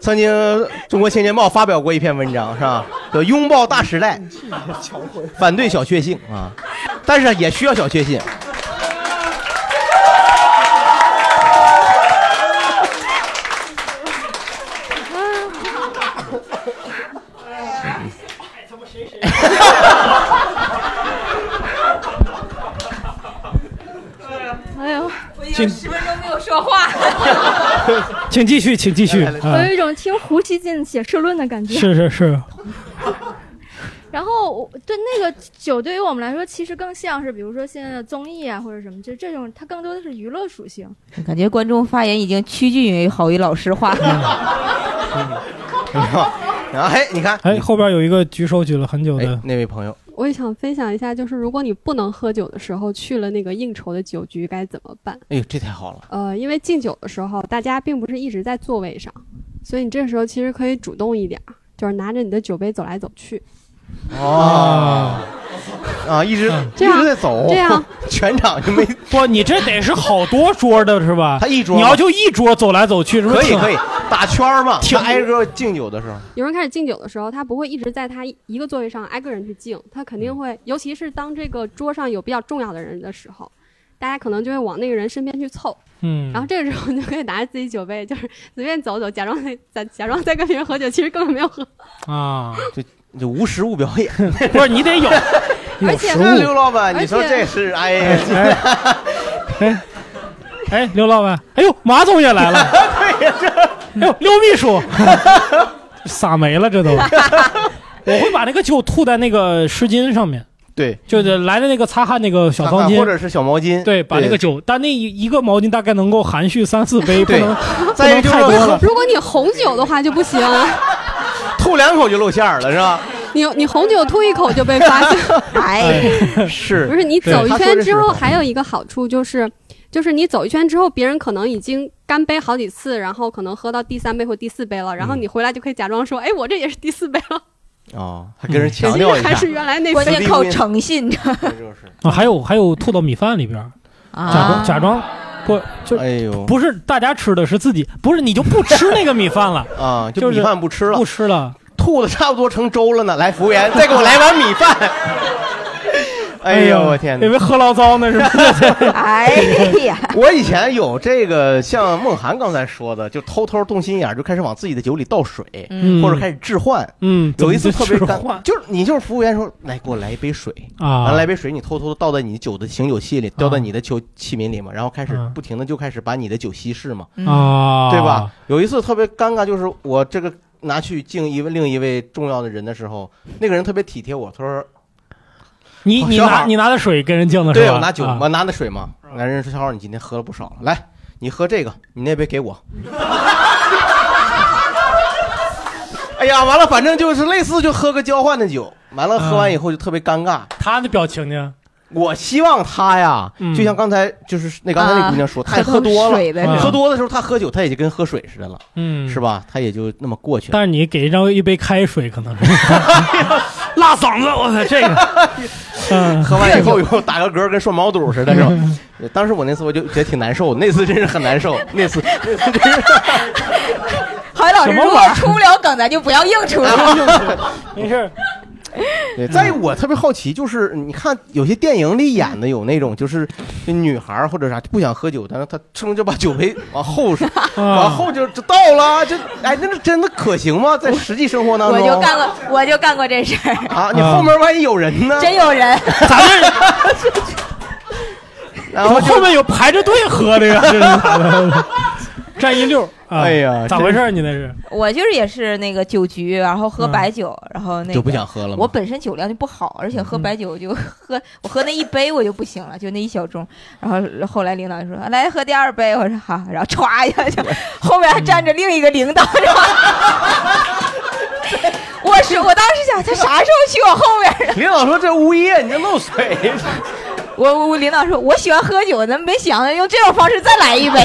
Speaker 4: 曾经《中国青年报》发表过一篇文章，是吧？叫《拥抱大时代》，反对小确幸啊，但是也需要小确幸。
Speaker 19: 哎呦，
Speaker 16: 我有十分钟没有说话。
Speaker 2: 请继续，请继续。
Speaker 19: 我
Speaker 2: 啊
Speaker 19: 有一种听胡锡进写社论的感觉。
Speaker 2: 是是是，
Speaker 19: 然后我对那个酒对于我们来说，其实更像是比如说现在的综艺啊或者什么，就这种它更多的是娱乐属性。
Speaker 16: 感觉观众发言已经趋近于郝宇老师化。
Speaker 2: 嗯
Speaker 4: 哎， 你看，哎
Speaker 2: 哎，后边有一个举手举了很久的
Speaker 4: 那位朋友，
Speaker 20: 我也想分享一下，就是如果你不能喝酒的时候去了那个应酬的酒局该怎么办？
Speaker 4: 哎呦，这太好了。
Speaker 20: 呃，因为敬酒的时候大家并不是一直在座位上，所以你这时候其实可以主动一点儿，就是拿着你的酒杯走来走去。
Speaker 4: 哦，啊，一直一
Speaker 20: 这样
Speaker 4: 直在走，
Speaker 20: 这样
Speaker 4: 全场就没
Speaker 2: 不，你这得是好多桌的是吧？
Speaker 4: 他一桌
Speaker 2: 你要就一桌走来走去，是不是
Speaker 4: 可以
Speaker 2: 挺
Speaker 4: 可以打圈儿嘛，
Speaker 2: 挺
Speaker 4: 他挨个敬酒的时候，
Speaker 20: 有人开始敬酒的时候，他不会一直在他一一个座位上挨个人去敬，他肯定会，尤其是当这个桌上有比较重要的人的时候，大家可能就会往那个人身边去凑。
Speaker 2: 嗯
Speaker 20: 然后这个时候你就可以拿着自己酒杯，就是随便走走，假装在假假装在跟别人喝酒，其实根本没有喝。
Speaker 2: 啊？
Speaker 4: 就就无实物表演，
Speaker 2: 不是你得有，有
Speaker 4: 而
Speaker 2: 食
Speaker 4: 且
Speaker 2: 物
Speaker 4: 这刘老板，
Speaker 2: 而
Speaker 4: 你说
Speaker 2: 且
Speaker 4: 这是哎呀
Speaker 2: 哎，哎哎，刘老板，哎呦，马总也来 了，对呀，哎呦，刘秘书， 撒没了，这都，我会把那个酒吐在那个湿巾上面，
Speaker 4: 对，
Speaker 2: 就是来的那个擦汗那个小
Speaker 4: 看
Speaker 2: 方
Speaker 4: 看
Speaker 2: 巾，
Speaker 4: 或者是小毛巾，
Speaker 2: 对，把那个酒，但那一一个毛巾大概能够含蓄三四杯，不
Speaker 4: 对
Speaker 2: 能 不
Speaker 4: 再一个
Speaker 2: 能
Speaker 4: 就是
Speaker 2: 太多了。
Speaker 19: 如果你红酒的话就不行，
Speaker 4: 吐两口就露馅儿了，是 吧？
Speaker 19: 你你红酒吐一口就被发现。
Speaker 4: 哎，是
Speaker 19: 不是你走一圈之后，还有一个好处就是，就是你走一圈之后，别人可能已经干杯好几次，然后可能喝到第三杯或第四杯了，然后你回来就可以假装说，哎，我这也是第四杯了，
Speaker 4: 哦，还跟人
Speaker 19: 其
Speaker 4: 强
Speaker 19: 实
Speaker 4: 调一下，
Speaker 19: 还
Speaker 2: 嗯
Speaker 19: 是原来那
Speaker 7: 关键靠
Speaker 19: 诚。
Speaker 7: 诚信着。
Speaker 2: 啊，还有还有吐到米饭里边儿，
Speaker 7: 啊
Speaker 2: 假
Speaker 19: 啊
Speaker 2: 装假装不就
Speaker 4: 哎呦，
Speaker 2: 不是大家吃的是自己，不是你就不吃那个米饭了
Speaker 4: 啊，
Speaker 2: 就
Speaker 4: 就是米饭不吃了，
Speaker 2: 不吃了，
Speaker 4: 吐的差不多成粥了呢。来，服务员，再给我来碗米饭。 哎呦，我天哪！
Speaker 2: 因为喝醪糟呢是吧？
Speaker 7: 哎呀，
Speaker 4: 我以前有这个，像孟涵刚才说的，就偷偷动心眼儿，就开始往自己的酒里倒水，
Speaker 2: 嗯
Speaker 4: 或者开始置换。
Speaker 2: 嗯
Speaker 4: 有一次特别
Speaker 2: 怎么
Speaker 4: 尴
Speaker 2: 置换，
Speaker 4: 就是你就是服务员说，来给我来一杯水
Speaker 2: 啊
Speaker 4: 完了来杯水，你偷偷的倒在你酒的醒酒器里，倒在你的酒器皿里嘛，然后开始不停的就开始把你的酒稀释嘛，
Speaker 2: 啊嗯啊
Speaker 4: 对吧？有一次特别尴尬，就是我这个拿去敬一位另一位重要的人的时候， 那个人特别体贴我，他说
Speaker 2: 你你
Speaker 4: 小孩
Speaker 2: 拿
Speaker 4: 儿
Speaker 2: 你拿的水跟人敬的是吧？
Speaker 4: 对，我拿酒
Speaker 2: 啊
Speaker 4: 嘛，拿的水嘛。男人说：“小伙儿，你今天喝了不少了，来，你喝这个，你那杯给我。” 哎呀，完了，反正就是类似就喝个交换的酒，完了喝完以后就特别尴尬。
Speaker 2: 嗯他的表情呢？嗯
Speaker 4: 我希望他呀，就像刚才就是那刚才那姑娘说，
Speaker 2: 啊
Speaker 4: 她也喝多
Speaker 2: 喝口水呗
Speaker 4: 了，喝多的时候她喝酒，她也就跟喝水似的了，
Speaker 2: 嗯
Speaker 4: 是吧？她也就那么过去了。
Speaker 2: 但是你给张一杯开水，可能是辣嗓子， 我操，这个，嗯，
Speaker 4: 喝完以后，以后打个嗝跟涮毛肚似的，是吧？当时我那次我就觉得挺难受，那次真是很难受，那 次那次真是。
Speaker 7: 郝宇老师，
Speaker 4: 什么
Speaker 7: 如果
Speaker 4: 玩意儿
Speaker 7: 出不了梗，咱就不要硬 出
Speaker 2: 没事。
Speaker 4: 对，在我特别好奇，就是你看有些电影里演的有那种，就是就女孩儿或者啥不想喝酒，但是她噌就把酒杯往后 是，
Speaker 7: 啊
Speaker 4: 往后就就倒了，就哎，那是真的可行吗？在实际生活当
Speaker 7: 我
Speaker 4: 中，
Speaker 7: 就干过，我就干过这事儿嗯
Speaker 4: 啊！你后面万一有人呢？
Speaker 7: 真有人，
Speaker 4: 然后就
Speaker 2: 后面有排着队啊喝 的呀，这是咋的？站一溜儿，啊
Speaker 4: 哎呀
Speaker 2: 咋回事儿？你那是？哎
Speaker 7: 我就是也是那个酒局，然后喝白酒，
Speaker 2: 嗯
Speaker 7: 然后那个
Speaker 4: 就不想喝了吗嗯
Speaker 7: 我本身酒量就不好，而且喝白酒就喝，我喝那一杯我就不行了，就那一小盅。然后后来领导就说啊来喝第二杯，我说 好，然后歘一下就后面还站着另一个领导。 是吧 我是我当时想他啥时候去我后 面
Speaker 4: 领导说这物业你这漏水。
Speaker 7: 我我我领导说我喜欢喝酒，咱没想到用这种方式再来一杯。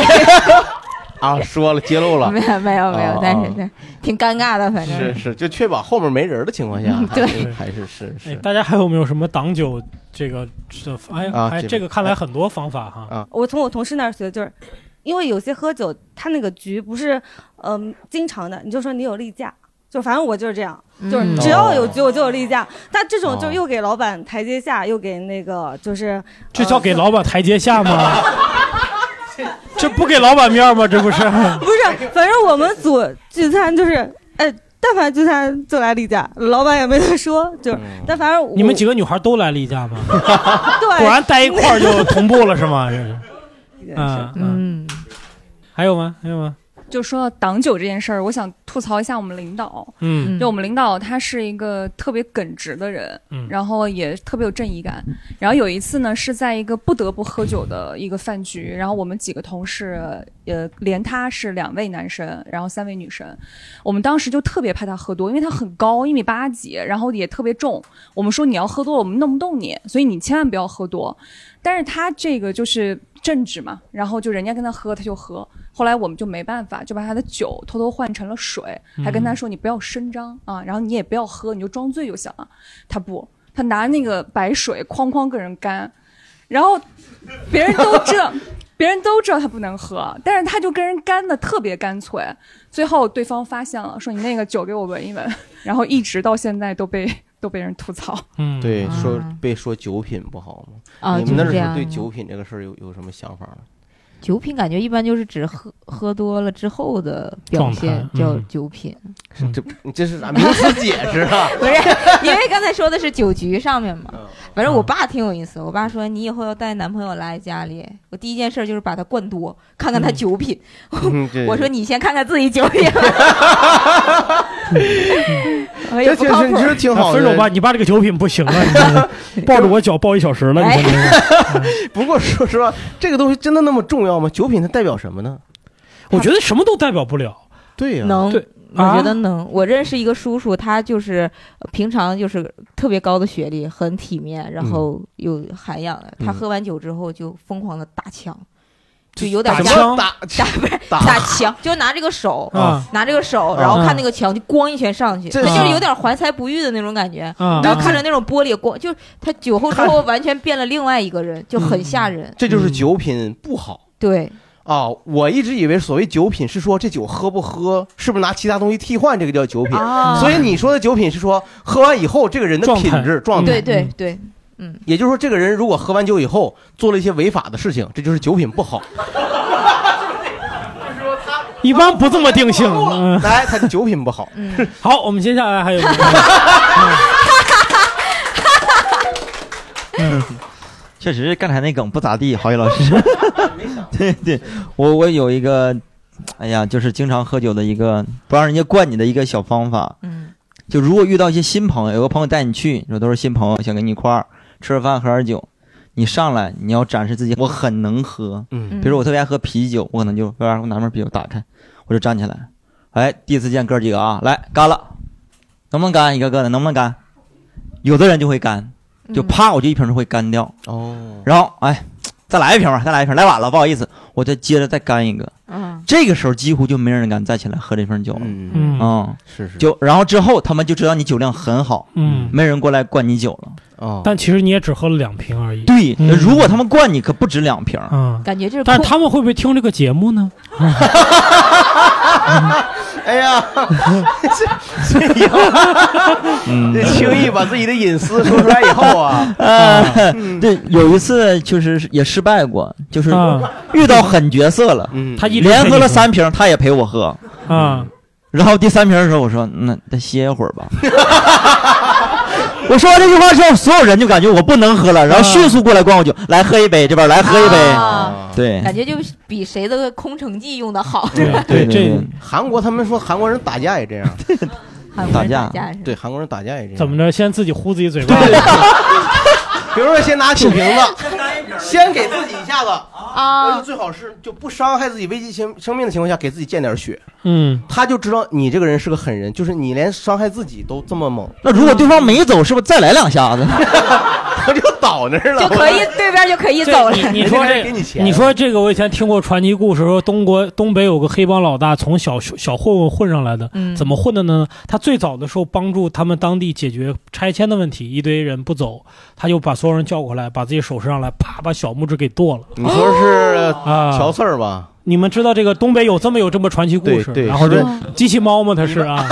Speaker 4: 啊，说了揭露了，
Speaker 7: 没有没有没有
Speaker 4: 啊，
Speaker 7: 但
Speaker 4: 啊
Speaker 7: 是但是挺尴尬的，反正
Speaker 4: 是是，就确保后面没人的情况下
Speaker 7: 嗯，对
Speaker 4: 还是还是是
Speaker 2: 哎
Speaker 4: 是，
Speaker 2: 大家还有没有什么挡酒这个这？哎呀，
Speaker 4: 啊
Speaker 2: 哎，
Speaker 4: 这
Speaker 2: 这个看来很多方法哈。
Speaker 4: 啊，
Speaker 21: 我从我同事那儿学的就是，因为有些喝酒，他那个局不是嗯、经常的，你就说你有例假，就反正我就是这样，就是
Speaker 22: 嗯
Speaker 21: 只要有
Speaker 22: 哦
Speaker 21: 局我就有例假。他这种就
Speaker 2: 哦
Speaker 21: 又给老板台阶下，又给那个就是
Speaker 2: 这
Speaker 4: 啊
Speaker 2: 叫给老板台阶 下吗？这不给老板面儿吗？这不是？
Speaker 21: 不是，反正我们组聚餐就是，哎，但凡聚餐就来例假，老板也没得说，就是，但反正我
Speaker 2: 嗯你们几个女孩都来例 假吗？
Speaker 21: 对，
Speaker 2: 果然待一块儿就同步了是吗？这是。嗯嗯。还有吗？还 有吗？
Speaker 12: 就说到挡酒这件事儿，我想吐槽一下我们领导。
Speaker 2: 嗯
Speaker 12: 就我们领导他是一个特别耿直的人，
Speaker 2: 嗯
Speaker 12: 然后也特别有正义感。然后有一次呢，是在一个不得不喝酒的一个饭局，然后我们几个同事，呃，连他是两位男生，然后三位女生。我们当时就特别怕他喝多，因为他很高，一米八几，然后也特别重。我们说你要喝多了，我们弄不动你，所以你千万不要喝多。但是他这个就是正直嘛，然后就人家跟他喝，他就喝。后来我们就没办法，就把他的酒偷偷换成了水，还跟他说你不要声张啊，然后你也不要喝，你就装醉就行了。他不，他拿那个白水哐哐跟人干，然后别人都知道， 别人都知道他不能喝，但是他就跟人干的特别干脆。最后对方发现了，说你那个酒给我闻一闻，然后一直到现在都被都被人吐槽。
Speaker 2: 嗯，
Speaker 4: 对，说被说酒品不好吗？
Speaker 7: 啊
Speaker 4: 你
Speaker 7: 就
Speaker 4: 们那
Speaker 7: 是这
Speaker 4: 时候
Speaker 7: 样
Speaker 4: 对
Speaker 7: 的
Speaker 4: 酒品这个事儿有有什么想法吗？
Speaker 7: 酒品感觉一般就是指喝喝多了之后的表
Speaker 4: 状态
Speaker 7: 现叫
Speaker 4: 嗯
Speaker 7: 酒品，
Speaker 4: 这你这是啥名词解释啊？ 嗯
Speaker 7: 不是因为刚才说的是酒局上面嘛，反正我爸挺有意思，我爸说你以后要带男朋友来家里，我第一件事就是把他灌多，看看他酒品。
Speaker 4: 嗯对
Speaker 7: 我说你先看看自己酒品。 哎
Speaker 4: 这
Speaker 7: 呀，不
Speaker 4: 其
Speaker 7: 靠
Speaker 4: 实
Speaker 7: 谱
Speaker 4: 你说挺好的
Speaker 2: 分手吧，你爸这个酒品不行啊， 你这抱着我脚哦抱一小时了，
Speaker 7: 哎
Speaker 2: 你这 嗯
Speaker 4: 不过说实话，这个东西真的那么重要吗？酒品它代表什么呢？
Speaker 2: 我觉得什么都代表不了。
Speaker 4: 对呀、
Speaker 7: 能
Speaker 4: 对，啊
Speaker 7: 我觉得能。我认识一个叔叔，他就是呃平常就是特别高的学历，很体面，然后有涵养的。他
Speaker 4: 嗯
Speaker 7: 喝完酒之后就疯狂的打枪，就有点
Speaker 4: 打
Speaker 7: 像
Speaker 4: 枪
Speaker 7: 打打不是
Speaker 4: 打
Speaker 7: 打枪，就拿这个手
Speaker 4: 啊，
Speaker 7: 拿这个手，
Speaker 4: 啊
Speaker 7: 然后看那个墙，就咣一拳上去，他
Speaker 4: 这
Speaker 7: 就是是有点怀才不遇的那种感觉。
Speaker 4: 啊
Speaker 7: 然后看着那种玻璃咣，就是他酒后之后完全变了另外一个人，就很吓人。
Speaker 4: 这就是酒品不好。
Speaker 7: 对，
Speaker 4: 啊、我一直以为所谓酒品是说这酒喝不喝，是不是拿其他东西替换，这个叫酒品。
Speaker 7: 啊
Speaker 4: 所以你说的酒品是说喝完以后这个人的
Speaker 7: 状态
Speaker 4: 品质状态。嗯
Speaker 7: 对对对，
Speaker 4: 也就是说，这个人如果喝完酒以后做了一些违法的事情，这就是酒品不好。
Speaker 2: 一般不这么定性。嗯
Speaker 4: 哎，他的酒品 不好。
Speaker 7: 嗯
Speaker 2: 好，我们接下来还有一个，
Speaker 8: 确实是刚才那梗不咋地，郝宇老师。 对对，我我有一个，哎呀，就是经常喝酒的一个不让人家惯你的一个小方法。
Speaker 7: 嗯，
Speaker 8: 就如果遇到一些新朋友，有个朋友带你去，你说都是新朋友，想跟你一块儿吃着饭喝点酒，你上来你要展示自己，我很能喝。
Speaker 4: 嗯
Speaker 8: 比如说我特别爱喝啤酒，我可能就啊把我拿瓶啤酒打开，我就站起来，哎，第一次见哥几个啊，来干了，能不能干一个个的，能不能干？有的人就会干，
Speaker 2: 嗯
Speaker 8: 就啪我就一瓶就会干掉。
Speaker 4: 哦，
Speaker 8: 然后哎，再来一瓶吧，再来一瓶，来晚了，不好意思，我再接着再干一个。
Speaker 7: 嗯，
Speaker 8: 这个时候几乎就没人敢再起来喝这份酒了。
Speaker 4: 嗯
Speaker 8: 嗯，
Speaker 4: 是是。
Speaker 8: 就然后之后他们就知道你酒量很好，
Speaker 2: 嗯，
Speaker 8: 没人过来灌你酒了。
Speaker 4: 哦
Speaker 2: 但其实你也只喝了两瓶而已。
Speaker 8: 对，
Speaker 2: 嗯
Speaker 8: 如果他们灌你，可不止两瓶。
Speaker 2: 啊，
Speaker 7: 感觉就是
Speaker 2: 但是他们会不会听这个节目呢？
Speaker 4: 哎呀，这这以后，这轻易把自己的隐私说出来以后啊，
Speaker 8: 啊，对，有一次就是也失败过，就是
Speaker 2: 啊
Speaker 8: 遇到狠角色了，
Speaker 4: 嗯
Speaker 2: 他一直陪
Speaker 8: 连
Speaker 2: 你
Speaker 8: 喝了
Speaker 2: 喝
Speaker 8: 三瓶，他也陪我喝，嗯
Speaker 2: 啊，
Speaker 8: 然后第三瓶的时候，我说那再歇一会 儿吧。我说完这句话之后，所有人就感觉我不能喝了，然后
Speaker 2: 啊
Speaker 8: 迅速过来灌我酒，来喝一杯，这边来喝一杯，
Speaker 7: 啊
Speaker 8: 对
Speaker 7: 感觉就是比谁的空城计用的好。
Speaker 8: 对对
Speaker 4: 韩国他们说韩国人打架也这样，
Speaker 8: 打架
Speaker 7: 打架是
Speaker 4: 对韩国人打架也这样。
Speaker 2: 怎么着？先自己呼自己嘴巴。
Speaker 4: 比如说，先拿酒瓶 子，先给自己一下子
Speaker 7: 啊，
Speaker 4: 而且最好是就不伤害自己危及生生命的情况下，给自己见点血，
Speaker 2: 嗯，
Speaker 4: 他就知道你这个人是个狠人，就是你连伤害自己都这么 猛，
Speaker 8: 那如果对方没走，是不是再来两下子？
Speaker 4: 他就倒那儿了，
Speaker 7: 就可以对边就可以
Speaker 2: 这
Speaker 7: 走了。
Speaker 2: 你你说这，你说这个，我以前听过传奇故事，说东国东北有个黑帮老大，从小小混混混上来的，
Speaker 7: 嗯
Speaker 2: 怎么混的呢？他最早的时候帮助他们当地解决拆迁的问题，一堆人不走，他就把所有人叫过来，把自己手伸上来，啪把小拇指给剁了。
Speaker 4: 你说是
Speaker 2: 啊
Speaker 4: 乔四儿吧？
Speaker 2: 你们知道这个东北有这么有这么传奇故事，
Speaker 4: 对对
Speaker 2: 然后
Speaker 4: 是
Speaker 2: 就
Speaker 4: 的
Speaker 2: 机器猫吗？他是啊，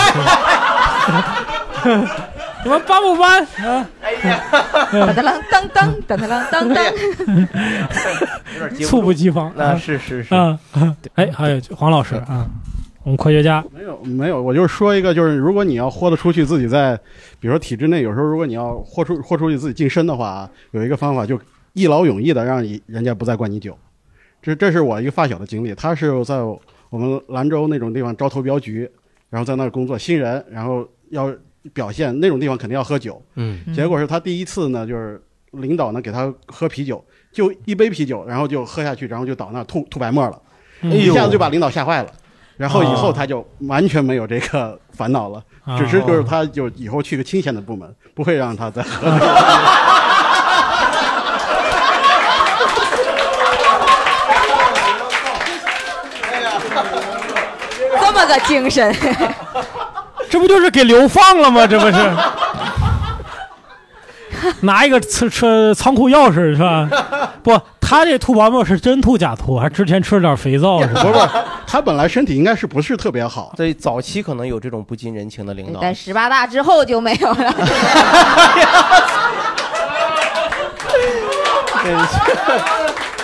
Speaker 2: 对你们搬不搬？啊
Speaker 7: 噔噔啷噔噔噔噔啷噔噔，
Speaker 2: 猝不及防，
Speaker 4: 那
Speaker 2: 啊
Speaker 4: 是是是
Speaker 2: 啊，啊哎，还有黄老师啊，我们科学家，
Speaker 9: 没有没有，我就是说一个，就是如果你要豁得出去，自己在，比如说体制内，有时候如果你要豁出豁出去自己净身的话，有一个方法就一劳永逸的让你人家不再灌你酒。这这是我一个发小的经历，他是在我们兰州那种地方招投标局，然后在那儿工作，新人，然后要表现那种地方肯定要喝酒，
Speaker 4: 嗯
Speaker 9: 结果是他第一次呢，就是领导呢给他喝啤酒，就一杯啤酒，然后就喝下去，然后就倒那儿吐吐白沫了，
Speaker 4: 哎
Speaker 9: 一
Speaker 4: 呦
Speaker 9: 下子就把领导吓坏了。然后以后
Speaker 4: 啊
Speaker 9: 他就完全没有这个烦恼了，只是
Speaker 4: 哦
Speaker 9: 就是他就以后去个清闲的部门，不会让他再喝 了。
Speaker 7: 这么个精神。
Speaker 2: 这不就是给流放了吗？这不是。拿一个吃吃仓库钥匙是吧？不，他这吐白沫是真吐假吐，还之前吃了点肥皂是吧？
Speaker 9: 哦 不是，他本来身体应该是不是特别好，
Speaker 4: 在早期可能有这种不近人情的领导，
Speaker 7: 哎但十八大之后就没有了。
Speaker 4: 对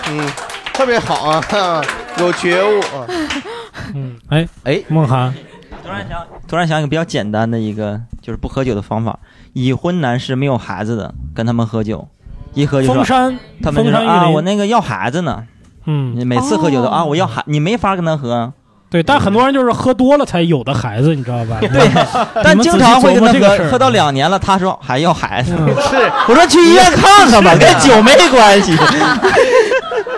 Speaker 4: 嗯， 特别好啊，有觉悟啊。
Speaker 2: 哎
Speaker 4: 哎，
Speaker 2: 梦涵，突然想，
Speaker 8: 突然想一个比较简单的一个，就是不喝酒的方法。已婚男士没有孩子的，跟他们喝酒，一喝就说
Speaker 2: 封山
Speaker 8: 他们就说
Speaker 2: 封山玉
Speaker 8: 啊，
Speaker 2: 林
Speaker 8: 我那个要孩子呢。
Speaker 2: 嗯，
Speaker 8: 每次喝酒都、
Speaker 2: 哦
Speaker 8: 啊，我 要孩，你没法跟他喝。
Speaker 2: 对，但很多人就是喝多了才有的孩子，你知道吧？对，
Speaker 8: 啊但经常会跟他
Speaker 2: 这个事
Speaker 8: 喝，
Speaker 2: 儿嗯
Speaker 8: 喝到两年了，他说还要孩子。
Speaker 4: 是，
Speaker 8: 我说去医院看看吧，
Speaker 2: 是
Speaker 8: 跟
Speaker 4: 啊
Speaker 8: 酒没 关 系。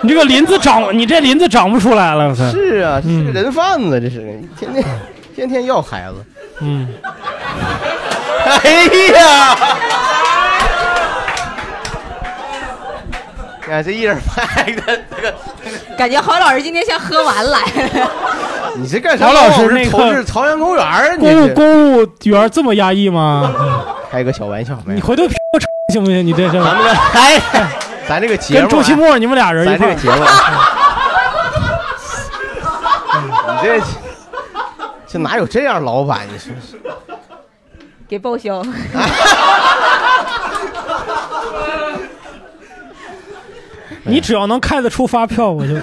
Speaker 2: 你这个林子长，你这林子长不出来了，我操！
Speaker 4: 是啊，是
Speaker 2: 嗯
Speaker 4: 人贩子，这是天天天天要孩子。
Speaker 2: 嗯，
Speaker 4: 哎呀，你哎看这一人拍的，这个
Speaker 7: 感觉郝老师今天像喝完来了。
Speaker 4: 你是干啥？
Speaker 2: 王老师
Speaker 4: 我是
Speaker 2: 那个
Speaker 4: 投是朝阳公园儿，你
Speaker 2: 公务
Speaker 4: 是
Speaker 2: 公务员这么压抑吗？
Speaker 4: 开个小玩笑没
Speaker 2: 你
Speaker 4: 有？
Speaker 2: 回头 行不行？你这是
Speaker 4: 咱们这哎，咱这个节目啊，
Speaker 2: 跟周奇墨你们俩人
Speaker 4: 咱这
Speaker 2: 一
Speaker 4: 个
Speaker 2: 块儿
Speaker 4: 节目啊， 你这这哪有这样老板？你说是？
Speaker 5: 给报 销。
Speaker 2: 你只要能开得出发票，我就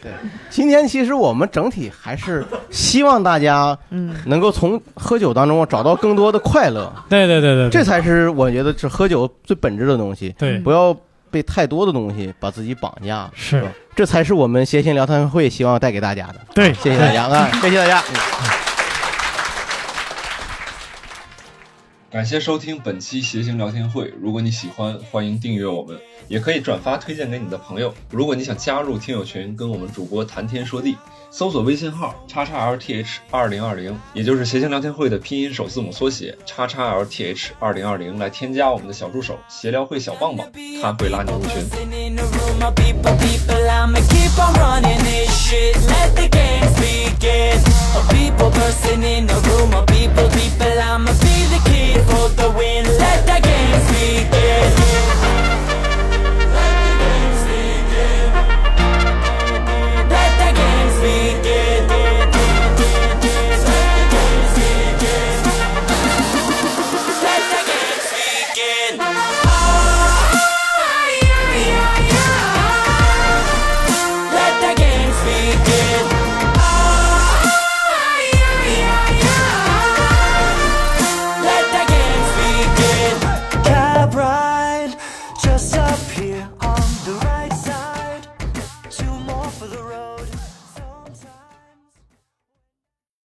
Speaker 4: 对， 今天其实我们整体还是希望大家，嗯，能够从喝酒当中找到更多的快乐。
Speaker 2: 对对对对，
Speaker 4: 这才是我觉得是喝酒最本质的东西。
Speaker 2: 对
Speaker 4: 不要被太多的东西把自己绑架。
Speaker 2: 是
Speaker 4: 吧，这才是我们谐星聊天会希望带给大家的。
Speaker 2: 对
Speaker 4: 谢谢大家啊，谢谢
Speaker 11: 哎
Speaker 4: 大家。
Speaker 1: 感谢收听本期谐星聊天会。如果你喜欢，欢迎订阅我们，也可以转发推荐给你的朋友。如果你想加入听友群，跟我们主播谈天说地，搜索微信号叉叉 LTH 二零二零，也就是谐星聊天会的拼音首字母缩写叉叉 LTH 二零二零来添加我们的小助手协聊会小棒棒，他会拉你入群。
Speaker 3: my people, people, I'ma keep on running this shit. Let the games begin. A people person in the room, a Ah,